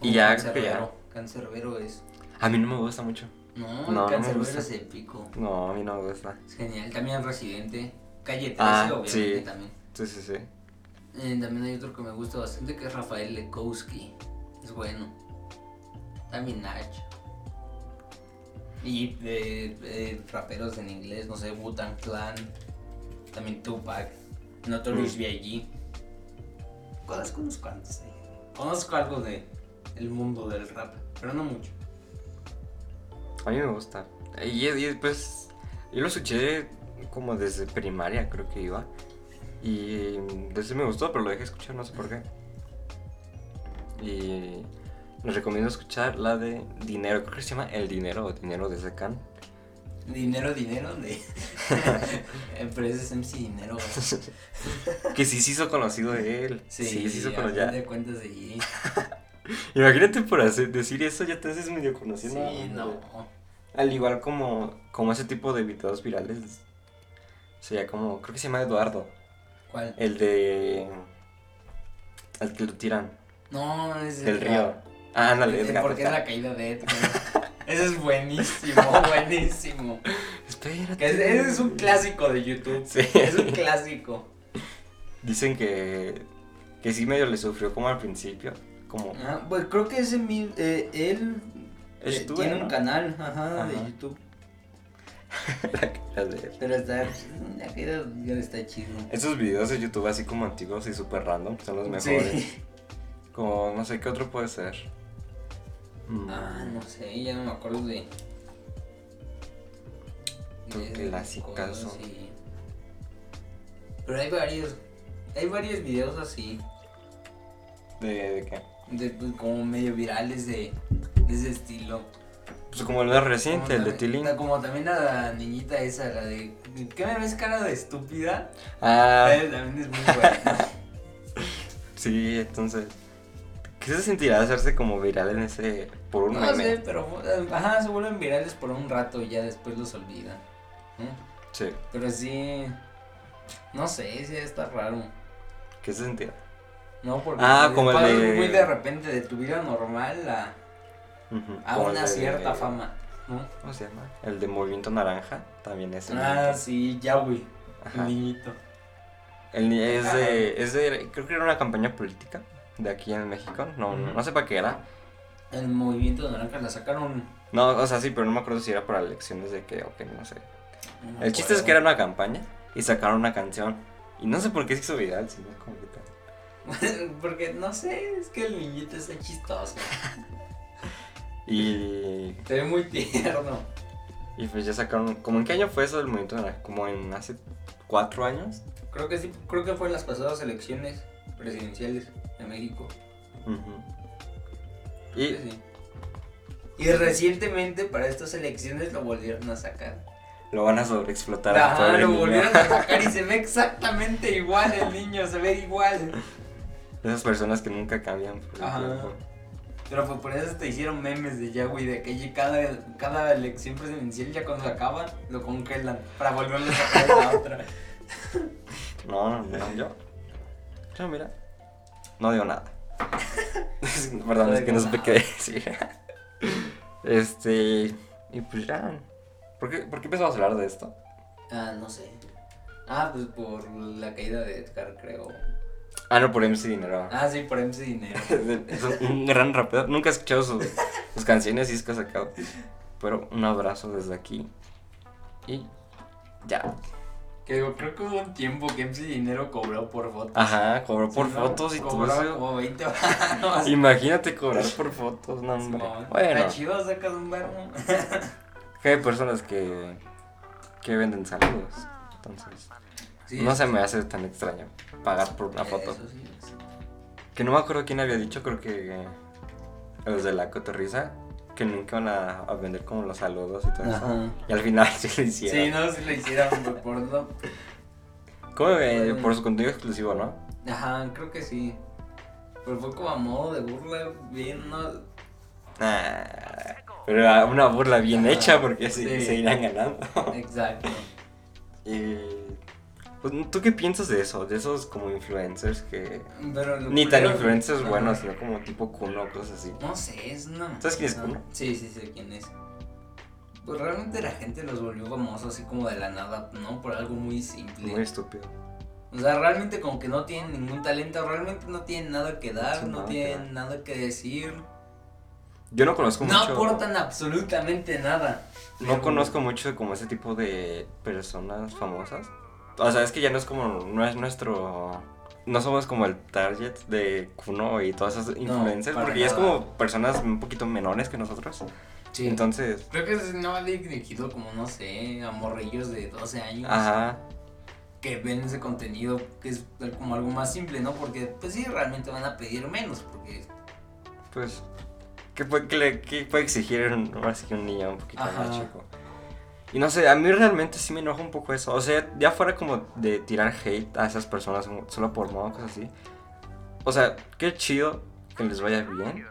Y ya, creo que ya.
Cancerbero. Cancerbero es.
a mí no me gusta mucho.
No,
No, no
el
me
Cancerbero
gusta.
es épico.
No, a mí no me gusta.
Es genial. También Residente. Calle 13,
Ah,
obviamente
sí.
también.
Sí, sí, sí.
Eh, también hay otro que me gusta bastante que es Rafael Lekowski. Es bueno. También Nach. Y eh, eh, raperos en inglés, no sé, Wu-Tang Clan. También Tupac. Notorious
Mm.
B.I.G. Conozco unos cuantos. eh. Conozco algo de el mundo del rap, pero no mucho.
A mí me gusta. Y, y después, yo lo escuché como desde primaria, creo que iba. Y desde me gustó, pero lo dejé escuchar, no sé por qué. Y les recomiendo escuchar la de Dinero, creo que se llama El Dinero o Dinero de Secan.
Dinero, dinero
[laughs]
de [laughs] empresas MC Dinero. güey.
Que sí se hizo conocido de él. Sí, se hizo
a
conocido.
fin de cuentas de allí.
Imagínate por hacer, decir eso, ya te haces medio
Sí,
conocido.
no.
Al igual como, como ese tipo de videos virales. Sería como, creo que se llama Eduardo.
¿Cuál?
El de. Al que lo tiran.
No, es
Del
Edgar.
río. Ah, ándale,
Es de
Edgar.
Porque es
Edgar.
la caída de Edgar. Ese es buenísimo, [laughs] buenísimo. Que
Espérate.
es- Ese es un clásico de YouTube.
Sí.
Es un clásico.
Dicen que. Que sí medio le sufrió como al principio. Como.
Ajá, pues creo que ese mi- eh, él
Es
eh,
tú,
tiene
¿no?
un canal ajá, de
Ajá.
YouTube. Mm.
[laughs] la de-
Pero está, la caída de Edgar está chido.
Esos videos de YouTube así como antiguos y super random son los mejores.
Sí.
Como no sé qué otro puede ser. Mm,
Ah, no sé, ya no me acuerdo de.
Tu
esas
clasicazo.
cosas, sí. Pero hay varios. Hay varios videos así.
¿De, de qué?
de- pues, como medio virales de, de ese estilo.
Pues como el más
Como
reciente, el de
también-
Tilín.
Como también la niñita esa, la de. ¿Qué me ves cara de estúpida?
Ah,
Eh, También es muy
[laughs]
buena.
sí, entonces. ¿Qué se sentirá hacerse como viral en ese. por un
no
meme?
sé, pero. eh, Ajá, se vuelven virales por un rato y ya después los olvidan. ¿no?
Sí,
Pero sí. No sé, sí está raro.
¿qué se sentirá?
No, porque
Ah,
te
como el
pasas
de-
muy de repente de tu vida normal a,
Ujú,
a
como el
una
de-
cierta fama, ¿no?
¿Cómo se llama? El de Movimiento Naranja, también es. el-
Ah, sí, ya, güey,
Ajá.
el niñito.
El ni- es,
Ah.
de, es de- Creo que era una campaña política de aquí en México. No, no,
Ujú.
no sé para qué era.
El movimiento naranja la sacaron.
No, o sea, sí, pero no me acuerdo si era para elecciones de qué o qué, no sé.
no me
El chiste es que era
acuerdo.
una campaña y sacaron una canción. Y no sé por qué se hizo viral, sino como que tal.
[laughs] Porque no sé, es que el niñito está chistoso.
Y,
Se ve muy tierno.
y pues ya sacaron. ¿Cómo en qué año fue eso del movimiento naranja? Como en hace cuatro años.
Creo que sí, creo que fue en las pasadas elecciones presidenciales de México.
Ujú. Y
Sí. Y recientemente para estas elecciones lo volvieron a sacar.
lo van a sobreexplotar. al
Ajá,
pobre
lo
niño.
volvieron a sacar
[laughs]
y se ve exactamente igual el niño, se ve igual.
Esas personas que nunca cambian por el
Ajá.
tiempo.
Pero pues por eso te hicieron memes de ya, güey, de que ya cada, cada elección presidencial ya cuando se acaba lo congelan para volverlo a sacar en la otra.
No, no, no, yo. Yo, Ah, mira. No digo [laughs] nada. Perdón, es que no supe qué decir. [laughs] Este. Y pues ya. ¿Por qué, ¿Por qué empezamos a hablar de esto?
Ah, no sé. Ah, pues por la caída de Edgar, creo.
Ah, no, por MC Dinero.
Ah, sí, por MC
[laughs]
Dinero.
Es un gran rapero. Nunca he escuchado sus, sus canciones y es que ha sacado. Pero un abrazo desde aquí. Y ya.
Que digo, creo que hubo un tiempo que MC Dinero cobró por fotos.
Ajá, cobró Ah, por
Sí, ¿no?
fotos y todo
cobró
eso. Ah,
como 20 varos.
Imagínate cobrar por fotos, no hombre.
[laughs] Simón.
Bueno,
Está chido, sacas un
[laughs]
verbo.
que hay personas que, que venden saludos. Entonces,
Sí,
no se me hace tan extraño pagar por una
eh,
foto.
eso sí es.
Que no me acuerdo quién había dicho, creo que eh, los de la cotorriza, que nunca van a, a vender como los saludos y todo
Ajá.
eso. Y al final [laughs] sí lo hicieron.
Sí, no, si lo hicieron por porno.
Como eh, por su contenido exclusivo, ¿no?
Ajá, creo que sí. Pero fue como a modo de burla, bien, ¿no?
[laughs] Ah, pero era una burla bien hecha porque se,
Ah, Sí.
se irán ganando. [laughs]
Exacto.
Y, pues, ¿Tú qué piensas de eso? De esos como influencers que...
Pero lo
Ni tan
culero-
influencers
Ajá.
buenos, sino como tipo Kuno, cosas así.
No sé, es una.
¿Sabes quién es
no.
Kuno?
Sí, sí, sé quién es. Pues realmente la gente los volvió famosos así como de la nada, ¿no? Por algo muy simple.
Muy estúpido.
O sea, realmente como que no tienen ningún talento, realmente no tienen nada que dar,
Sí,
no
nada que
tienen
dar.
nada que decir.
Yo no conozco
No
mucho...
aportan absolutamente nada.
No conozco mucho como ese tipo de personas famosas. O sea, es que ya no es como... No es nuestro... No somos como el target de Kuno y todas esas influencers.
para
porque ya es
nada.
como personas un poquito menores que nosotros.
Sí.
Entonces...
Creo que es no dirigido como, no sé, a morrillos de 12 años
Ajá.
que ven ese contenido que es como algo más simple, ¿no? Porque pues sí, realmente van a pedir menos, porque...
Pues, ¿qué puede, qué le- qué puede exigir un, ahora sí que un niño un poquito
Ajá.
más chico? Y no sé, a mí realmente sí me enoja un poco eso. O sea, ya fuera como de tirar hate a esas personas como solo por modo, cosas así. O sea, qué chido que les vaya bien.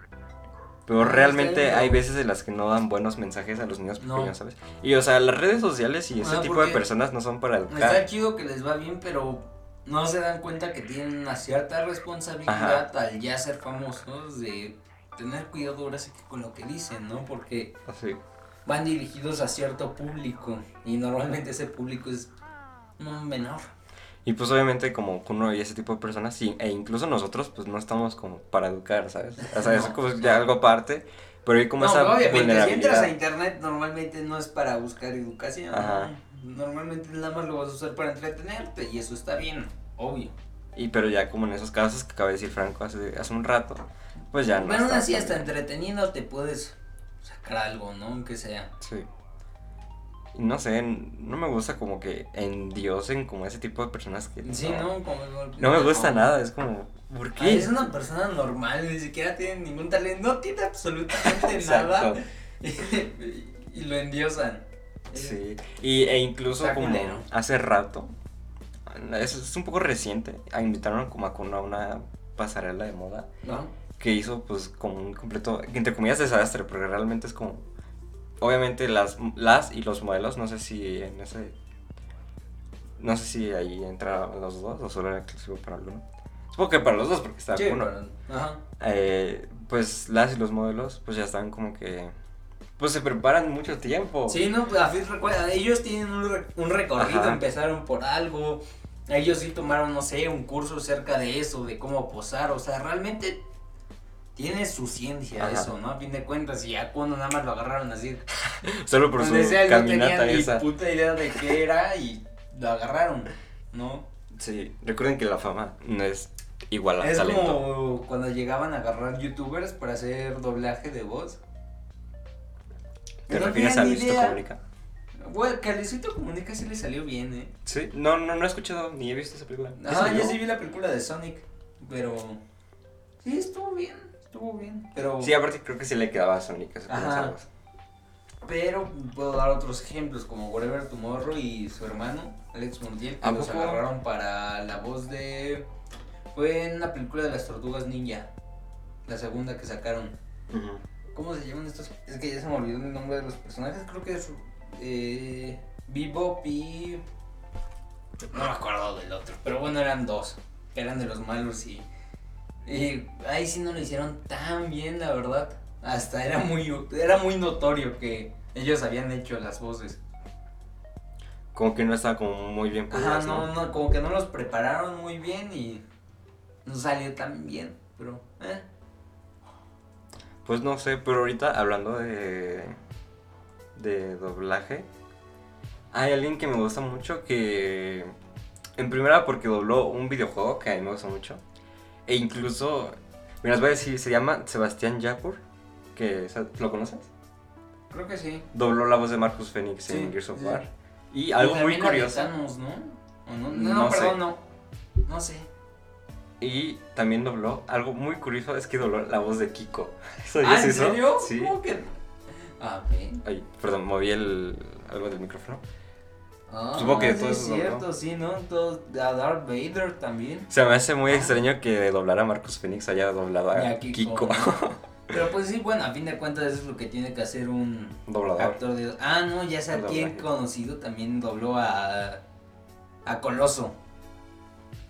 Pero
No, está
realmente
bien,
hay
pero-
veces en las que no dan buenos mensajes a los niños
No.
pequeños, ¿sabes? Y o sea, las redes sociales y ese
Ah,
tipo de
porque-
personas no son para
Está
educar.
chido que les va bien, pero no se dan cuenta que tienen una cierta responsabilidad al ya ser famosos de tener cuidado ahora sí que con lo que dicen, ¿no? Porque
Así.
van dirigidos a cierto público y normalmente ese público es un menor.
Y pues obviamente como uno y ese tipo de personas, sí, e incluso nosotros pues no estamos como para educar, ¿sabes? O sea, es
No,
como
sí.
ya algo aparte, pero hay como
no,
esa
obviamente, si entras a
vulnerabilidad.
internet normalmente no es para buscar educación.
Ajá.
¿no? Normalmente nada más lo vas a usar para entretenerte y eso está bien, obvio.
Y pero ya como en esos casos que acaba de decir Franco hace, hace un rato, pues ya no.
Pero aún
está
así
tan
hasta
bien.
entretenido te puedes sacar algo, ¿no? Aunque sea.
Sí. Y no sé, n- no me gusta como que endiosen como ese tipo de personas que...
Sí, ¿no? Como-
No me gusta nada, es como, ¿por
Ay,
qué?
Es una persona normal, ni siquiera tiene ningún talento, no tiene
[laughs]
absolutamente nada
Exacto.
[laughs] y lo endiosan.
Sí, y, e incluso
Está
como
culero.
hace rato, es, es un poco reciente, a- invitaron como a Kuno a una pasarela de moda
¿No?
que hizo pues como un completo, entre comillas, desastre, porque realmente es como, obviamente las, las y los modelos, no sé si en ese, no sé si ahí entra los dos o solo era exclusivo para alguno. Supongo que para los dos porque estaba
Sí,
Kuno
pero- ajá.
eh, pues las y los modelos pues ya están como que pues se preparan mucho tiempo.
Sí, no, pues a fin recuerda, ellos tienen un, re- un recorrido,
Ajá.
empezaron por algo, ellos sí tomaron, no sé, un curso cerca de eso, de cómo posar, o sea, realmente tiene su ciencia
Ajá.
eso, ¿no? A fin de cuentas, y ya cuando nada más lo agarraron así,
Solo por su
donde sea, no
caminata
tenían ni
esa.
puta idea de qué era y lo agarraron, ¿no?
Sí, recuerden que la fama no es igual al
Es
Ah, talento.
como cuando llegaban a agarrar youtubers para hacer doblaje de voz.
¿Te
no
refieres a
tenían ni
Luisito
idea.
Comunica?
Bueno, que a Luisito Comunica sí le salió bien, ¿eh?
Sí, no, no, no he escuchado ni he visto esa película.
Ah,
¿Esa
yo
no?
sí vi la película de Sonic. Pero. Sí, estuvo bien. Estuvo bien. Pero.
Sí, aparte creo que sí le quedaba a Sonic eso con
Ajá.
las armas.
Pero puedo dar otros ejemplos, como Whatever Tomorrow y su hermano, Alex Montiel, que
¿A
los
poco?
agarraron para la voz de. Fue en la película de las tortugas ninja, la segunda que sacaron.
Ujú.
¿Cómo se llaman estos? Es que ya se me olvidó el nombre de los personajes, creo que es. Eh, Bebop y. No me acuerdo del otro, pero bueno, eran dos, que eran de los malos y. Y ahí sí no lo hicieron tan bien, la verdad. Hasta era muy, era muy notorio que ellos habían hecho las voces.
Como que no estaba como muy bien
Ajá,
pulidas,
no, no, como que no los prepararon muy bien y no salió tan bien, pero. eh.
Pues no sé, pero ahorita hablando de. de doblaje. Hay alguien que me gusta mucho que. En primera, porque dobló un videojuego que a mí me gusta mucho. E incluso. Mira, les voy a decir, se llama Sebastián Yapur. Que, ¿sa- ¿Lo conoces?
Creo que sí.
Dobló la voz de Marcus Phoenix
Sí,
en Gears of
sí.
War. Y algo
Y
muy
también
curioso.
a Thanos, ¿no? ¿O no? No,
No sé.
perdón, no. No sé.
Y también dobló. Algo muy curioso es que dobló la voz de Kiko. [laughs] ¿Eso ya
¿Ah,
se
¿en
hizo?
serio?
Sí.
¿Cómo que? Ah, ok.
Ay, perdón, moví el, algo del micrófono.
Ah,
Supongo que
sí
todo
es
eso, ¿no?
cierto, sí, ¿no? Todo, a Darth Vader también.
Se me hace muy extraño que doblar a Marcus Phoenix haya doblado
Y
a
a
Kiko.
¿no? Pero pues sí, bueno, a fin de cuentas eso es lo que tiene que hacer un
[laughs] Doblador.
actor de... Ah, no, ya sé
El
a quién
doblaje.
conocido también dobló a... A Coloso.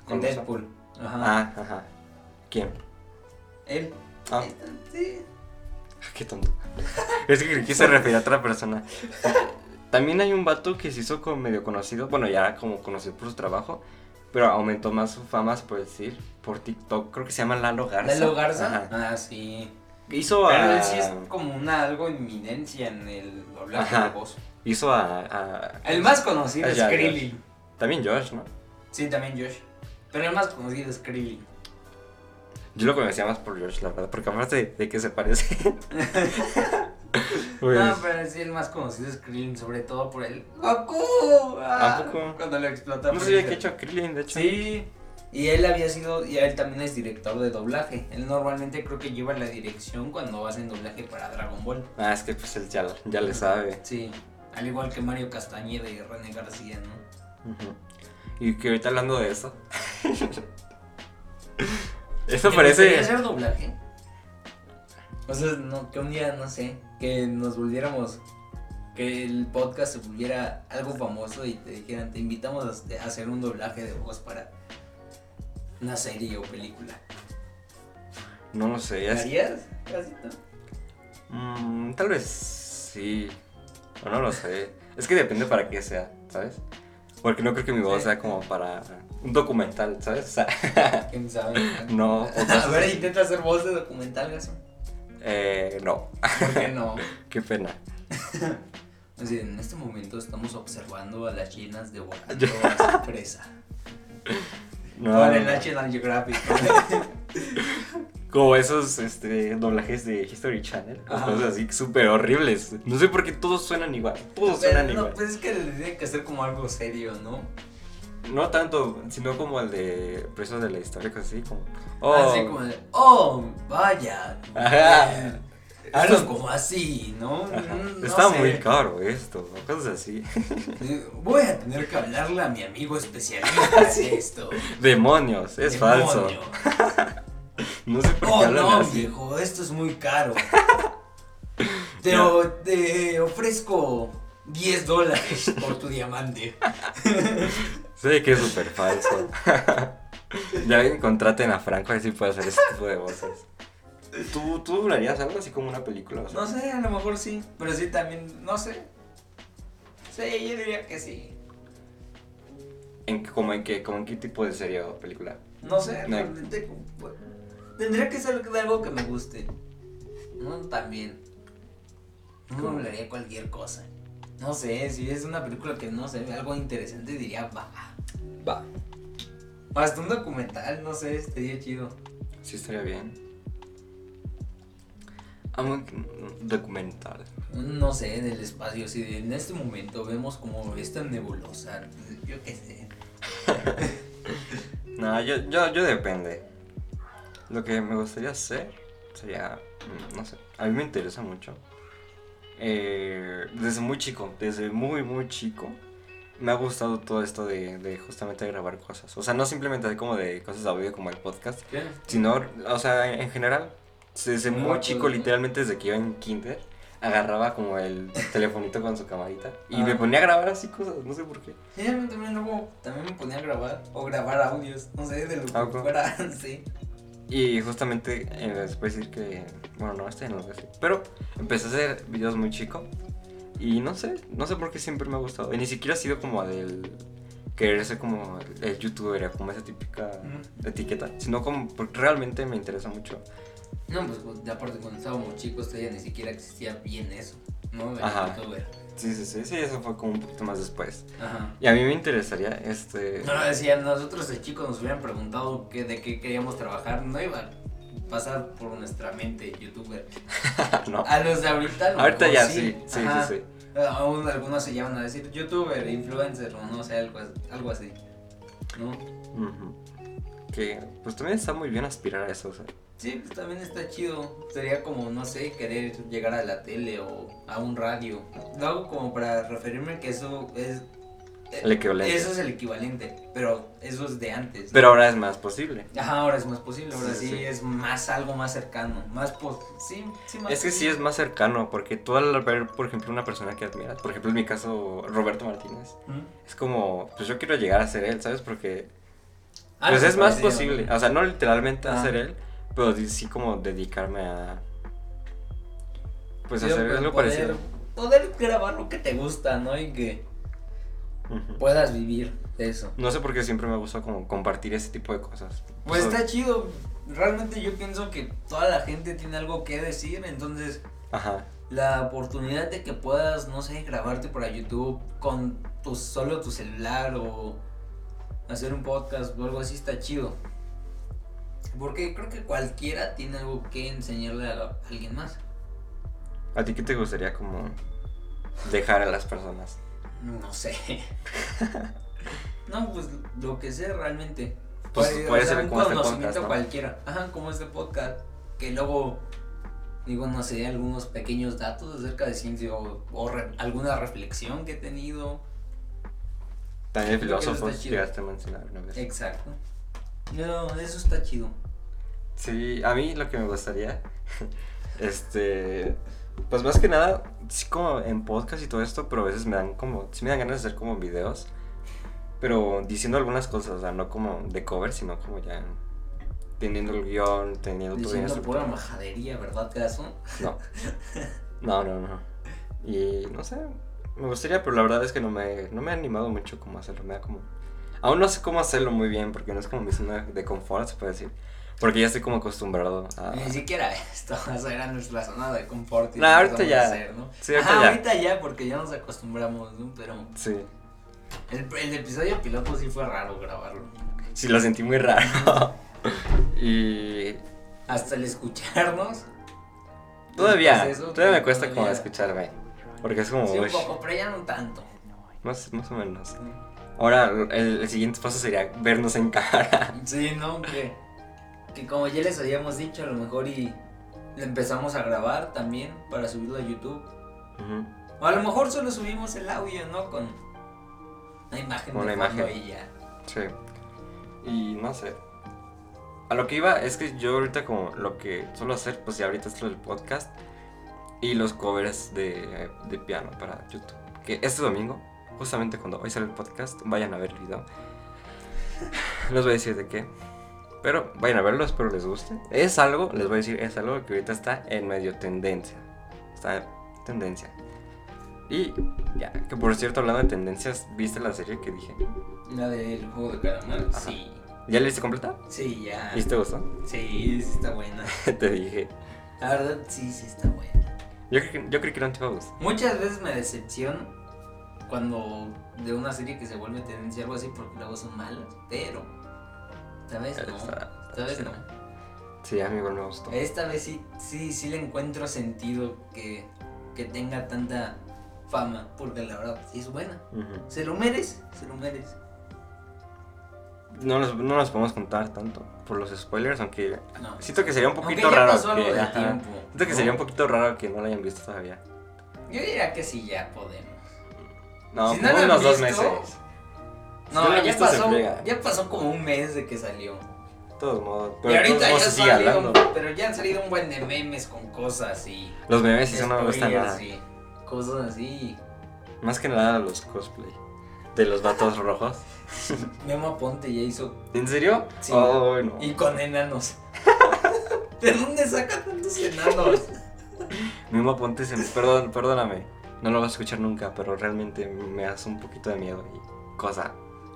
Con
¿Coloso?
Deadpool. Ajá.
Ah, ajá. ¿Quién?
Él.
Ah,
Sí.
qué tonto. [laughs] Es que creí que se refería a otra persona. También hay un vato que se hizo como medio conocido, bueno, ya como conocido por su trabajo, pero aumentó más su fama, se puede decir, por TikTok. Creo que se llama Lalo Garza.
¿Lalo Garza?
Ajá.
Ah, sí.
Hizo
Pero
a,
él sí es como una algo inminencia en el doblaje
Ajá.
de voz.
hizo a, a-
El más conocido
Ah,
es
ya, ya.
Krillin.
También Josh, ¿no?
Sí, también Josh. Pero el más conocido es Krillin.
Yo lo conocía más por Josh, la verdad, porque aparte de, de que se parece.
[laughs]
Pues,
No, pero sí, el más conocido es Krillin, sobre todo por el Goku. Ah,
¿A poco?
Cuando lo explota.
no
por
sabía
el-
que he hecho a Krillin, de hecho.
Sí. Y él había sido, y él también es director de doblaje. Él normalmente creo que lleva la dirección cuando hacen doblaje para Dragon Ball.
Ah, es que pues él ya, ya le sabe.
Sí. Al igual que Mario Castañeda y René García, ¿no?
Ujú. Y que ahorita hablando de eso. [laughs] Esto
¿Te gustaría
parece.
hacer doblaje? O sea, no, que un día, no sé, que nos volviéramos, que el podcast se volviera algo famoso y te dijeran, te invitamos a este- a hacer un doblaje de voz para una serie o película.
No lo sé.
¿Lo
es-
harías? Casito.
Mm, tal vez sí. O no lo sé. Es que depende para qué sea, ¿sabes? Porque no creo que mi voz
Sí.
sea como para un documental, ¿sabes? O sea,
¿Quién sabe?
[laughs] no. pues, o
A
cosas
ver,
así.
intenta hacer voz de documental, Gaso.
Eh, no.
¿Por qué
[laughs]
no?
Qué pena.
Es decir, en este momento estamos observando a las llenas devorando a su presa.
[laughs] No,
Con
no,
el
no.
National Geographic.
[laughs] Como esos este, doblajes de History Channel. o
Ajá.
Cosas así súper horribles. No sé por qué todos suenan igual. Todos suenan
Pero,
igual.
no, pues es que le tiene que hacer como algo serio, ¿no?
No tanto, sino como el de Presos de la Historia, cosas así como.
Así Ah, como de, oh, vaya.
Oh. Ajá. Ah,
eh, Hablan como así, ¿no?
Ajá.
Mm,
Está
no sé.
muy caro esto, o cosas así. [laughs]
Eh, Voy a tener que hablarle a mi amigo
[laughs]
especialista en esto.
Demonios, es falso. [laughs]
Demonio.
No sé por qué
Oh,
hablan
no,
así.
viejo, esto es muy
[laughs]
caro. Te, o- te ofrezco 10 dólares por tu diamante.
Sé que es súper falso. [laughs] ya ven, contraten a Franco a ver si puede hacer ese tipo de voces. ¿Tú, tú durarías algo así como una película? o sea?
No sé, a lo mejor sí, pero sí también, no sé. Sí, yo diría que sí.
¿En, qué- como, en qué, como en qué tipo de serie o película?
No sé,
No.
realmente, pues, tendría que ser de algo que me guste. No, también. No
¿Cómo?
hablaría cualquier cosa. No sé, si es una película que no sé, algo interesante diría, va.
Va.
Hasta un documental, no sé, estaría chido.
Sí, estaría bien. Amo un documental.
No sé, del espacio, si de- en este momento vemos como esta nebulosa, yo qué sé.
No, yo, yo, yo depende. Lo que me gustaría hacer sería, mm, no sé, a mí me interesa mucho. Eh, desde muy chico, desde muy, muy chico, me ha gustado todo esto de, de justamente grabar cosas. O sea, no simplemente como de cosas de audio como el podcast,
¿Qué?
sino, o sea, en general, desde
Grabar
muy
todo,
chico,
¿no?
literalmente desde que iba en kinder, agarraba como el telefonito con su camarita y
Ah.
me ponía a grabar así cosas, no sé por qué.
Sí, a mí también luego también me ponía a grabar o grabar audios, no sé, de lo que
Ah, ok.
fuera, [laughs] sí.
Y justamente eh, les puedo decir que, bueno, no, este no lo voy a decir, pero empecé a hacer videos muy chico y no sé, no sé por qué siempre me ha gustado. Y ni siquiera ha sido como del querer ser como el youtuber, como esa típica
Ujú.
etiqueta, sino como porque realmente me interesa mucho.
No, pues, pues, aparte cuando estábamos chicos todavía ni siquiera existía bien eso, ¿no? El
Ajá.
youtuber.
Sí, sí, sí, sí, eso fue como un poquito más después.
Ajá.
Y a mí me interesaría,
[laughs]
este...
No, decía, nosotros de chicos nos hubieran preguntado qué, de qué queríamos trabajar, no iba a pasar por nuestra mente youtuber.
no.
A los de ahorita, a lo
Ahorita
mejor
ya sí, sí, sí,
Ajá.
sí.
Aún algunos se llaman a decir youtuber, influencer o no sé, algo, as- algo así. ¿No?
Ujú. Que pues también está muy bien aspirar a eso, o sea.
Sí, pues también está chido. Sería como, no sé, querer llegar a la tele o a un radio. Lo hago como para referirme que eso es... eh,
El equivalente.
Eso es el equivalente, pero eso es de antes.
Pero ahora es más posible.
Ajá, ahora es más posible, ahora sí,
Sí, sí.
es más algo más cercano, más pos... Sí, sí, más...
Es que sí es más cercano, porque tú al ver, por ejemplo, una persona que admiras, por ejemplo, en mi caso, Roberto Martínez,
¿Mm?
es como, pues yo quiero llegar a ser él, ¿sabes? Porque,
Ah,
pues
no,
es más
parecido.
posible, o sea, no literalmente
Ah.
a ser él, pero sí- sí como dedicarme a, pues
Sí,
hacer
pero
algo
poder-
parecido.
Poder grabar lo que te gusta, ¿no? Y que
Ujú.
puedas vivir de eso.
No sé por qué siempre me gusta como compartir ese tipo de cosas.
Pues
O sea,
está chido. Realmente yo pienso que toda la gente tiene algo que decir, entonces
Ajá.
la oportunidad de que puedas, no sé, grabarte para YouTube con tu, solo tu celular o hacer un podcast o algo así está chido. Porque creo que cualquiera tiene algo que enseñarle a la- a alguien más.
¿A ti qué te gustaría como dejar a las personas?
No sé. [laughs] no, pues lo que sé realmente.
Pues,
Puede- o
puede
sea,
ser
un
como este
conocimiento
podcast, ¿no?
cualquiera. Ajá, como este podcast. Que luego, digo, no sé, algunos pequeños datos acerca de ciencia o, o re- alguna reflexión que he tenido.
También
Creo que eso está
filósofos
chido.
llegaste a mencionar una vez.
Exacto. No, eso está chido.
Sí, a mí lo que me gustaría, [laughs] este, pues más que nada, sí como en podcast y todo esto, pero a veces me dan como, sí me dan ganas de hacer como videos, pero diciendo algunas cosas, o sea, no como de cover, sino como ya teniendo el guión, teniendo todo bien
Diciendo pura
estructurado.
majadería, ¿verdad, Gaso?
No, no, no, no. Y no sé, me gustaría, pero la verdad es que no me, no me ha animado mucho como hacerlo, me da como... Aún no sé cómo hacerlo muy bien, porque no es como mi zona de confort, se puede decir. Porque ya estoy como acostumbrado a...
Ni siquiera esto, [laughs] o sea, era nuestra zona de confort. y
Ah. No,
lo
ahorita
empezamos a
ya.
hacer, ¿no?
Sí, ahorita
Ajá,
ya.
ahorita ya, porque ya nos acostumbramos, ¿no? Pero
Sí,
El, el episodio piloto sí fue raro grabarlo.
sí, lo sentí muy raro. [laughs] y
Hasta el escucharnos.
todavía,
Después de Pues eso,
todavía me cuesta como
todavía.
escucharme. Porque es como,
Sí, un
"Ush",
poco, pero ya no tanto.
más, más o menos. Ahora, el, el siguiente paso sería vernos en [laughs] cara.
Sí, no, que, que como ya les habíamos dicho, a lo mejor y le empezamos a grabar también para subirlo a YouTube.
Ujú.
O a lo mejor solo subimos el audio, ¿no? Con una imagen
Una
de fondo
imagen.
y ya.
Sí. Y no sé. A lo que iba es que yo ahorita como lo que suelo hacer, pues ya ahorita es lo del podcast y los covers de, de piano para YouTube. Que este domingo, justamente cuando hoy sale el podcast, vayan a ver el video. [laughs] No les voy a decir de qué. Pero vayan a verlo, espero les guste. Es algo, les voy a decir, es algo que ahorita está en medio tendencia. Está en tendencia. Y ya, que por cierto, hablando de tendencias, ¿viste la serie que dije?
La del juego de calamar.
Ajá.
Sí.
¿Ya le hice completa?
Sí, ya.
¿Y te gustó? [laughs]
Sí, sí está buena.
te dije.
La verdad, sí, sí está buena.
Yo, creo que- yo creí que no te iba a gustar.
Muchas veces me decepciono cuando de una serie que se vuelve tendencia o algo así porque luego son malas, pero esta vez no.
Está-
Esta vez no.
Sí, a mí igual me gustó.
Esta vez sí, sí, sí le encuentro sentido que, que tenga tanta fama porque la verdad sí es buena.
Ujú.
Se lo merece, se lo merece.
no los, no los podemos contar tanto por los spoilers, aunque
No.
siento que sería un
Aunque
poquito
ya
raro.
pasó algo
que-
de
ajá.
tiempo.
Siento que
¿no?
sería un poquito raro que no lo hayan visto todavía.
Yo diría que sí, ya podemos.
No,
Si no
como
lo han
unos dos
visto,
meses. Si
No,
no lo han
ya,
visto, se
pasó,
friega.
ya pasó como un mes de que salió.
De todos modos,
y
pero de todos
ahorita ya
modos se sigue
salió-
hablando.
pero ya han salido un buen de memes con cosas y
Los memes sí, eso no me gusta
spoilers
nada.
y cosas así.
Más que nada los cosplay. De los vatos rojos.
Memo Aponte ya hizo
¿En serio?
Sí.
Oh, no.
y con enanos. [laughs] ¿De dónde saca tantos enanos?
Mimo Aponte se me- Perdón, perdóname. No lo vas a escuchar nunca, pero realmente me hace un poquito de miedo y cosa.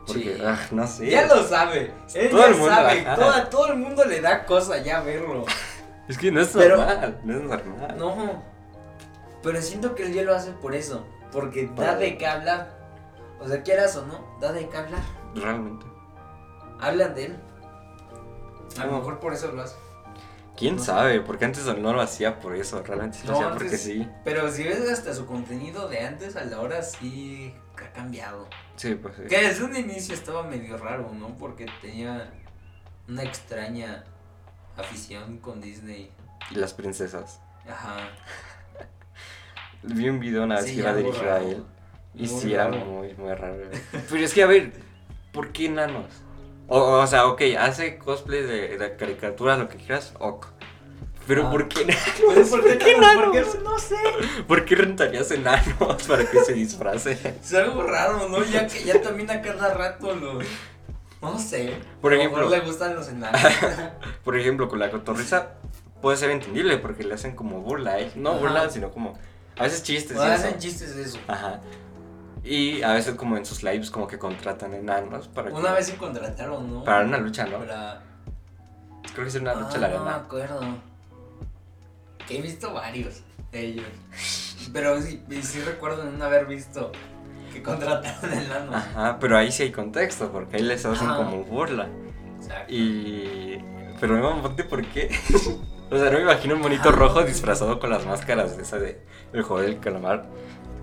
Porque,
Sí.
ah, no sé.
Ya lo sabe. Él
Todo
ya
el mundo,
sabe.
ajá.
Toda- todo el mundo le da cosa ya verlo.
Es que no es
Pero-
normal. No es normal.
No. Pero siento que él ya lo hace por eso. Porque da
Para-
de qué hablar. O sea, quieras o no, da de qué hablar.
Realmente.
Hablan de él. A lo
No.
mejor por eso lo hace.
¿Quién
No.
sabe? Porque antes no lo hacía por eso. Realmente sí lo
No,
hacía porque
antes-
sí.
Pero si ves hasta su contenido de antes a la hora sí ha cambiado.
Sí, pues sí.
Que desde un inicio estaba medio raro, ¿no? Porque tenía una extraña afición con Disney.
Y las princesas.
Ajá.
Vi un video una vez
Sí,
que iba
algo
dirigido a
raro.
él. Y
Muy
sí, era
raro.
muy, muy
[laughs]
raro. güey. Pero es que, a ver, ¿por qué enanos? O, o sea, ok, hace cosplay de, de caricaturas, lo que quieras, ok. Pero
Ah.
¿por
[laughs]
qué [laughs]
Pues,
enanos?
¿por
¿Por
qué
qué
no? ¿Por
enanos?
qué? No sé.
¿Por qué rentarías enanos [laughs] para que se disfracen?
Es algo raro, ¿no? Ya que ya también a cada rato lo. No sé.
Por
a lo mejor
ejemplo.
le gustan los
[laughs]
enanos.
Por ejemplo, con la cotorriza puede ser entendible porque le hacen como burla, ¿eh? No
Ajá.
burla, sino como. A veces chistes.
O
y
hacen
eso.
chistes de eso.
Ajá. Y a veces, como en sus lives, como que contratan enanos para.
Una
que-
vez se contrataron, ¿no?
Para una lucha, ¿no?
Para-
Creo que es una lucha
Ah,
a la
no me
arena.
acuerdo. Que he visto varios de ellos. Pero sí, sí recuerdo no haber visto que contrataron el ano.
Ajá, pero ahí sí hay contexto, porque ahí les hacen
Ajá.
como burla.
O sea,
Y. Pero no me ponte por qué. [laughs] o sea, no me imagino un monito
Ah.
rojo disfrazado con las máscaras de esa de el juego del calamar.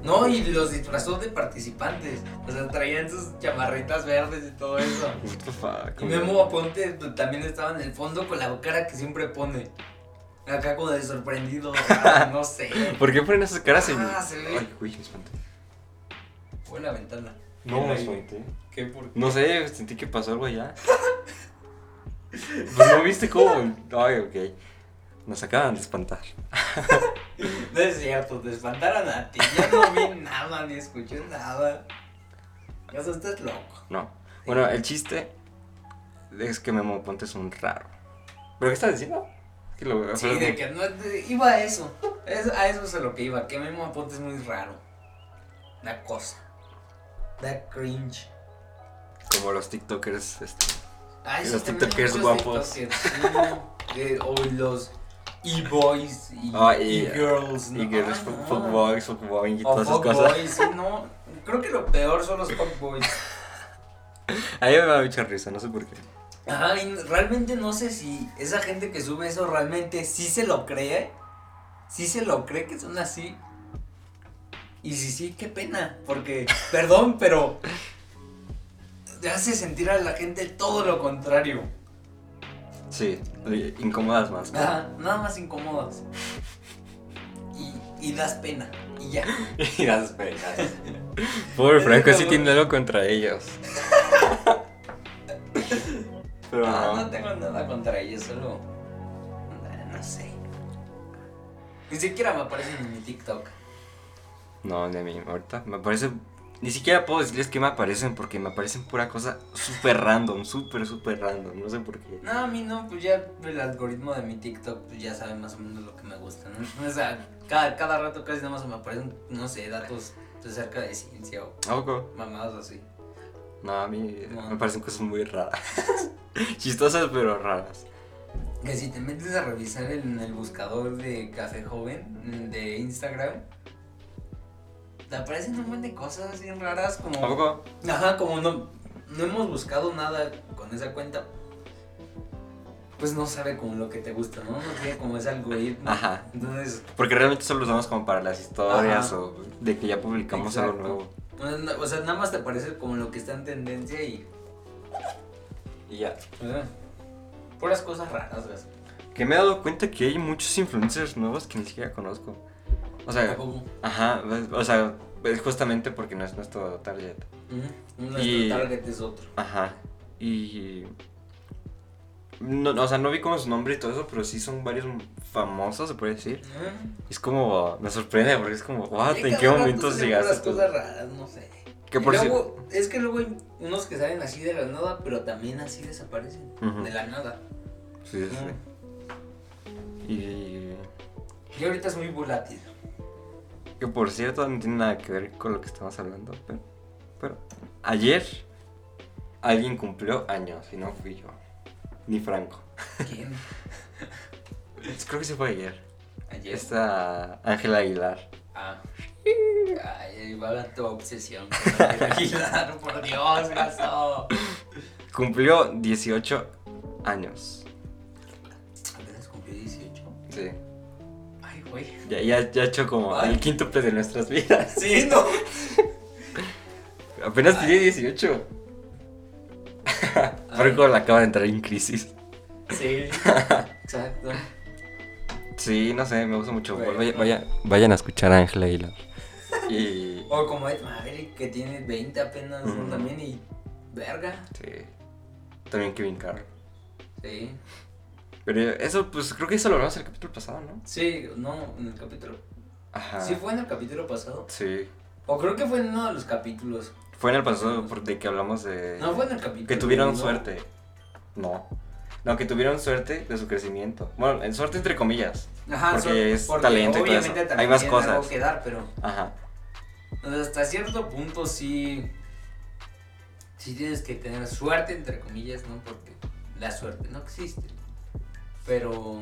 No, y los disfrazó de participantes. O sea, traían sus chamarritas verdes y todo eso.
What the fuck,
Y
güey.
Memo Aponte pues, también estaba en el fondo con la cara que siempre pone. Acá como de sorprendido, [laughs] raro, no sé.
¿Por qué ponen esas caras en.?
Ah, se ve.
Ay, güey, me espanté.
Fue la ventana.
No, me
Ahí.
espanté.
¿Qué por
No sé, sentí que pasó algo allá. pues no viste cómo. Ay, ok. Nos acaban de espantar.
No es cierto, te espantaron a ti. Yo no vi nada ni escuché nada. O sea, estás loco.
No. Bueno, el chiste es que Memo Ponte es un raro. ¿Pero qué estás diciendo? Es que lo-
Sí, de que no de- iba a eso. Es- a eso es a lo que iba. Que Memo Aponte es muy raro. Da cosa. Da cringe.
Como los TikTokers. este,
Ah,
Y
sí,
los
también hay
tiktokers
muchos
guapos.
tiktokers, sí. Eh, o los e-boys y
Ah, y-
e-girls.
Y que los
Ah, no.
fuckboys, fuckboy y
O
todas esas cosas.
fuckboys, sí, no. Creo que lo peor son los fuckboys.
A mí me da mucha risa, no sé por qué.
Ajá, y realmente no sé si esa gente que sube eso realmente sí se lo cree. Sí se lo cree que son así. Y si sí, qué pena. Porque, perdón, pero te hace sentir a la gente todo lo contrario.
Sí, y- incómodas más. ¿no?
Ajá, nada más incomodas. Y, y das pena. Y ya.
[laughs] y las penas. Pobre Franco, sí tiene algo contra ellos. [laughs] Pero
No, Ah, no
no.
tengo nada contra ellos, solo. No sé. Ni siquiera me aparecen en mi TikTok.
No, ni a mí, ahorita me parece. Ni siquiera puedo decirles que me aparecen porque me aparecen pura cosa súper random, súper, súper random. No sé por qué.
No, a mí no, pues ya el algoritmo de mi TikTok pues ya sabe más o menos lo que me gusta, ¿no? O sea, cada, cada rato casi nada más me aparecen, no sé, datos acerca de ciencia o
¿A poco?
mamadas así.
No, a mí
No.
me parecen cosas muy raras. [laughs] Chistosas, pero raras.
Que si te metes a revisar en el buscador de Café Joven de Instagram, te aparecen un montón de cosas así raras
¿A
como...
poco?
Ajá, como no, no hemos buscado nada con esa cuenta, pues no sabe como lo que te gusta, ¿no? No tiene como ese algoritmo.
Ajá.
Entonces...
Porque realmente solo usamos como para las historias
Ajá.
o de que ya publicamos algo
Exacto.
nuevo.
O sea, na- O sea, nada más te parece como lo que está en tendencia y.
Y ya.
Ajá. Puras cosas raras, güey.
Que me he dado cuenta que hay muchos influencers nuevos que ni siquiera conozco. O sea,
Ujú.
ajá, ves- o sea, es justamente porque no es nuestro target.
Nuestro
Y-
target es otro.
Ajá. Y. No, no, o sea, no vi como su nombre y todo eso, pero sí son varios famosos, se puede decir. Es como. Me sorprende porque es como, what, Ah, ¿en qué momento
momentos
llegaste?
Las
tú?
cosas raras, no sé.
Que
Y
por si-
luego, Es que luego hay unos que salen así de la nada, pero también así desaparecen.
Ujú.
De la nada.
Sí, sí, sí. Y.
Y ahorita es muy volátil.
Que por cierto, no tiene nada que ver con lo que estamos hablando, pero. Pero. Ayer. Alguien cumplió años y no fui yo. Ni Franco.
¿Quién? [laughs]
Creo que se fue ayer.
Ayer.
Esta. Ángela Aguilar.
Ah. Ay, ahí va la tu obsesión con Ángel [laughs] Aguilar, por Dios, gasto.
Cumplió 18 años.
Apenas cumplió 18.
Sí.
Ay, güey. [laughs]
Ya, ya, ya hecho como
Ay.
el quíntuple de nuestras vidas.
Sí, no.
Apenas tiene
Ay.
18.
Ay.
Franco la acaba de entrar en crisis. [laughs]
Sí. Exacto.
Sí, no sé, me gusta mucho.
Güey.
Vaya- vaya- vayan a escuchar a Ángela Aguilar. Y.
O como Ed Maverick, que tiene 20 apenas ¿no?
Ujú.
también y. Verga.
Sí. También Kevin Carr.
Sí.
Pero eso, pues creo que eso lo hablamos en el capítulo pasado, ¿no?
Sí, no, en el capítulo.
Ajá.
Sí, fue en el capítulo pasado.
Sí.
O creo que fue en uno de los capítulos.
Fue en el pasado por- de que hablamos de.
No, fue en el capítulo.
Que tuvieron
¿no?
suerte. No. No, que tuvieron suerte de su crecimiento. Bueno, en suerte entre comillas.
Ajá,
Porque
son-
es talento y todo
obviamente
eso.
también
Hay más
tienen algo
cosas.
que dar, pero
Ajá.
o sea, hasta cierto punto sí. Sí tienes que tener suerte, entre comillas, ¿no? Porque la suerte no existe. Pero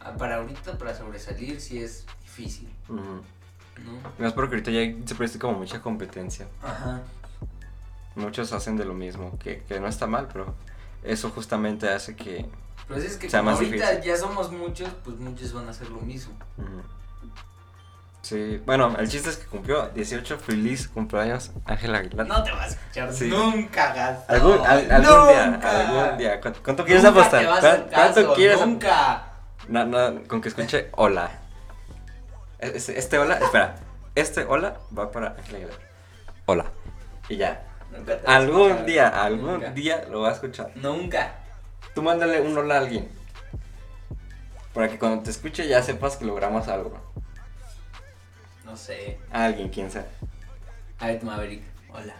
ah, para ahorita, para sobresalir, sí es difícil,
Ujú.
¿no?
Más porque ahorita ya se presta como mucha competencia.
Ajá.
Muchos hacen de lo mismo, que, que no está mal, pero eso justamente hace que...
Pero Pues es que
O sea,
como
más
ahorita
difícil.
ya somos muchos, pues muchos van a hacer lo mismo.
ujú. Sí, bueno, el chiste es que cumplió 18 feliz cumpleaños Ángel Aguilar.
No te vas a escuchar
Sí.
nunca, gato.
Algún, al- algún
Nunca.
día, algún día. ¿Cu- ¿Cuánto, quieres
Nunca
apostar?
te vas a
¿Cuán-
hacer
¿Cuánto
caso,
quieres? ap-
Nunca.
No, no, con que escuche hola. E- Este, este hola, espera. Este hola va para Ángel Aguilar. Hola. Y ya.
Nunca te vas a
Algún
escuchar.
día, algún
Nunca.
día lo va a escuchar.
Nunca.
Tú mándale un hola a alguien. Para que cuando te escuche ya sepas que logramos algo.
No sé.
A alguien, quién sea.
A Ed Maverick. Hola.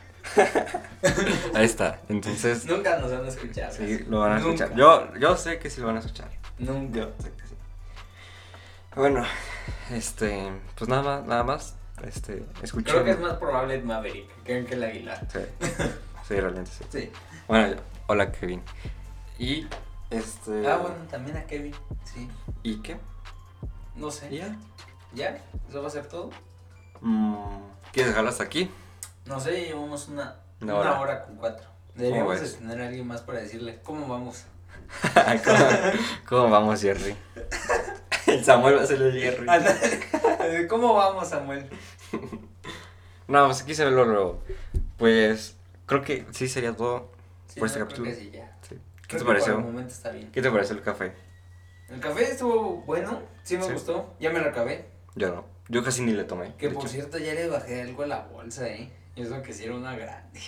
Pues
Ahí está. Entonces,
Nunca nos van a escuchar.
sí, lo van a
Nunca.
escuchar. Yo, yo sé que sí lo van a escuchar.
Nunca.
Yo sé que sí. Bueno, este, pues nada más, nada más. Este, escuché.
Creo que es más probable Ed Maverick que Ángel Aguilar.
Sí, sí, realmente sí.
Sí.
Bueno, hola Kevin. Y, este.
Ah, bueno, también a Kevin. Sí.
¿Y qué?
No sé.
¿Y ya?
¿Ya? ¿Eso va a ser todo?
Mm, ¿Quieres dejarlo hasta aquí? [laughs]
No sé, ya llevamos una, una
Una hora. pues.
hora. con cuatro. Deberíamos de
ves?
tener a alguien más para decirle cómo vamos.
¿Cómo, cómo
[laughs]
vamos, Jerry? Ah, El Samuel va a ser el Jerry.
Ándale. [laughs] ¿Cómo vamos, Samuel?
No, pues aquí se ve lo luego. Pues creo que sí sería todo.
Sí,
Por esta
no, creo
captura.
que sí, ya.
Sí.
Creo
¿Qué te
que Por el
pareció?
momento está bien.
¿Qué te pareció el café?
El café estuvo bueno, sí me
Sí.
gustó. Ya me lo acabé.
Yo no. Yo casi ni le tomé.
Que
de
por
hecho.
cierto ya le bajé algo a la bolsa, eh. Y eso que sí era una grande.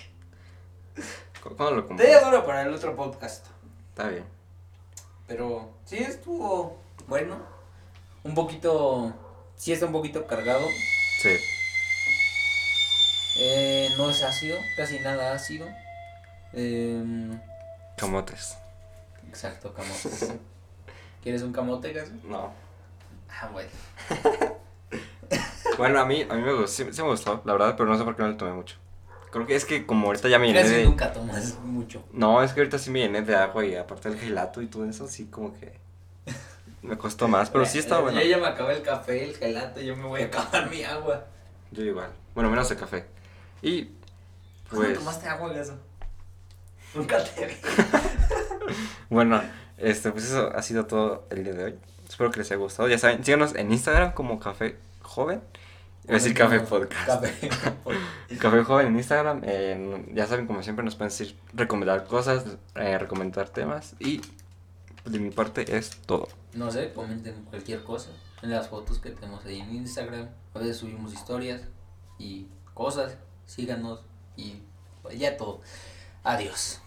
¿Cu- ¿Cuándo lo compré?
Te duro para el otro podcast.
Está bien.
Pero sí estuvo bueno. Un poquito. Sí está un poquito cargado.
Sí.
Eh, no es ácido, casi nada ácido. Em,
Camotes.
exacto, camotes.
[laughs]
¿Quieres un camote, Gaso?
No.
Ah, bueno.
Bueno, a mí, a mí me gustó. Sí, sí me gustó, la verdad, pero no sé por qué no le tomé mucho. Creo que es que como ahorita ya me llené
Casi
de.
nunca tomas mucho.
No, es que ahorita sí me llené de agua y aparte el gelato y todo eso, sí como que. Me costó más, pero sí
[laughs]
estaba
Eh,
bueno.
Yo ya me acabé el café, el gelato, yo me voy a acabar mi agua.
Yo igual. Bueno, menos el café. Y.
¿Cuándo
Pues.
tomaste agua, Gaso? Nunca te vi.
Bueno, este, pues eso ha sido todo el día de hoy. Espero que les haya gustado. Ya saben, síganos en Instagram como Café Joven. Iba a decir Café Podcast.
Café.
Café Joven en Instagram. eh, ya saben, como siempre, nos pueden decir, recomendar cosas, eh, recomendar temas. Y de mi parte es todo.
No sé, comenten cualquier cosa. En las fotos que tenemos ahí en Instagram. A veces subimos historias y cosas. Síganos y pues, ya todo. Adiós.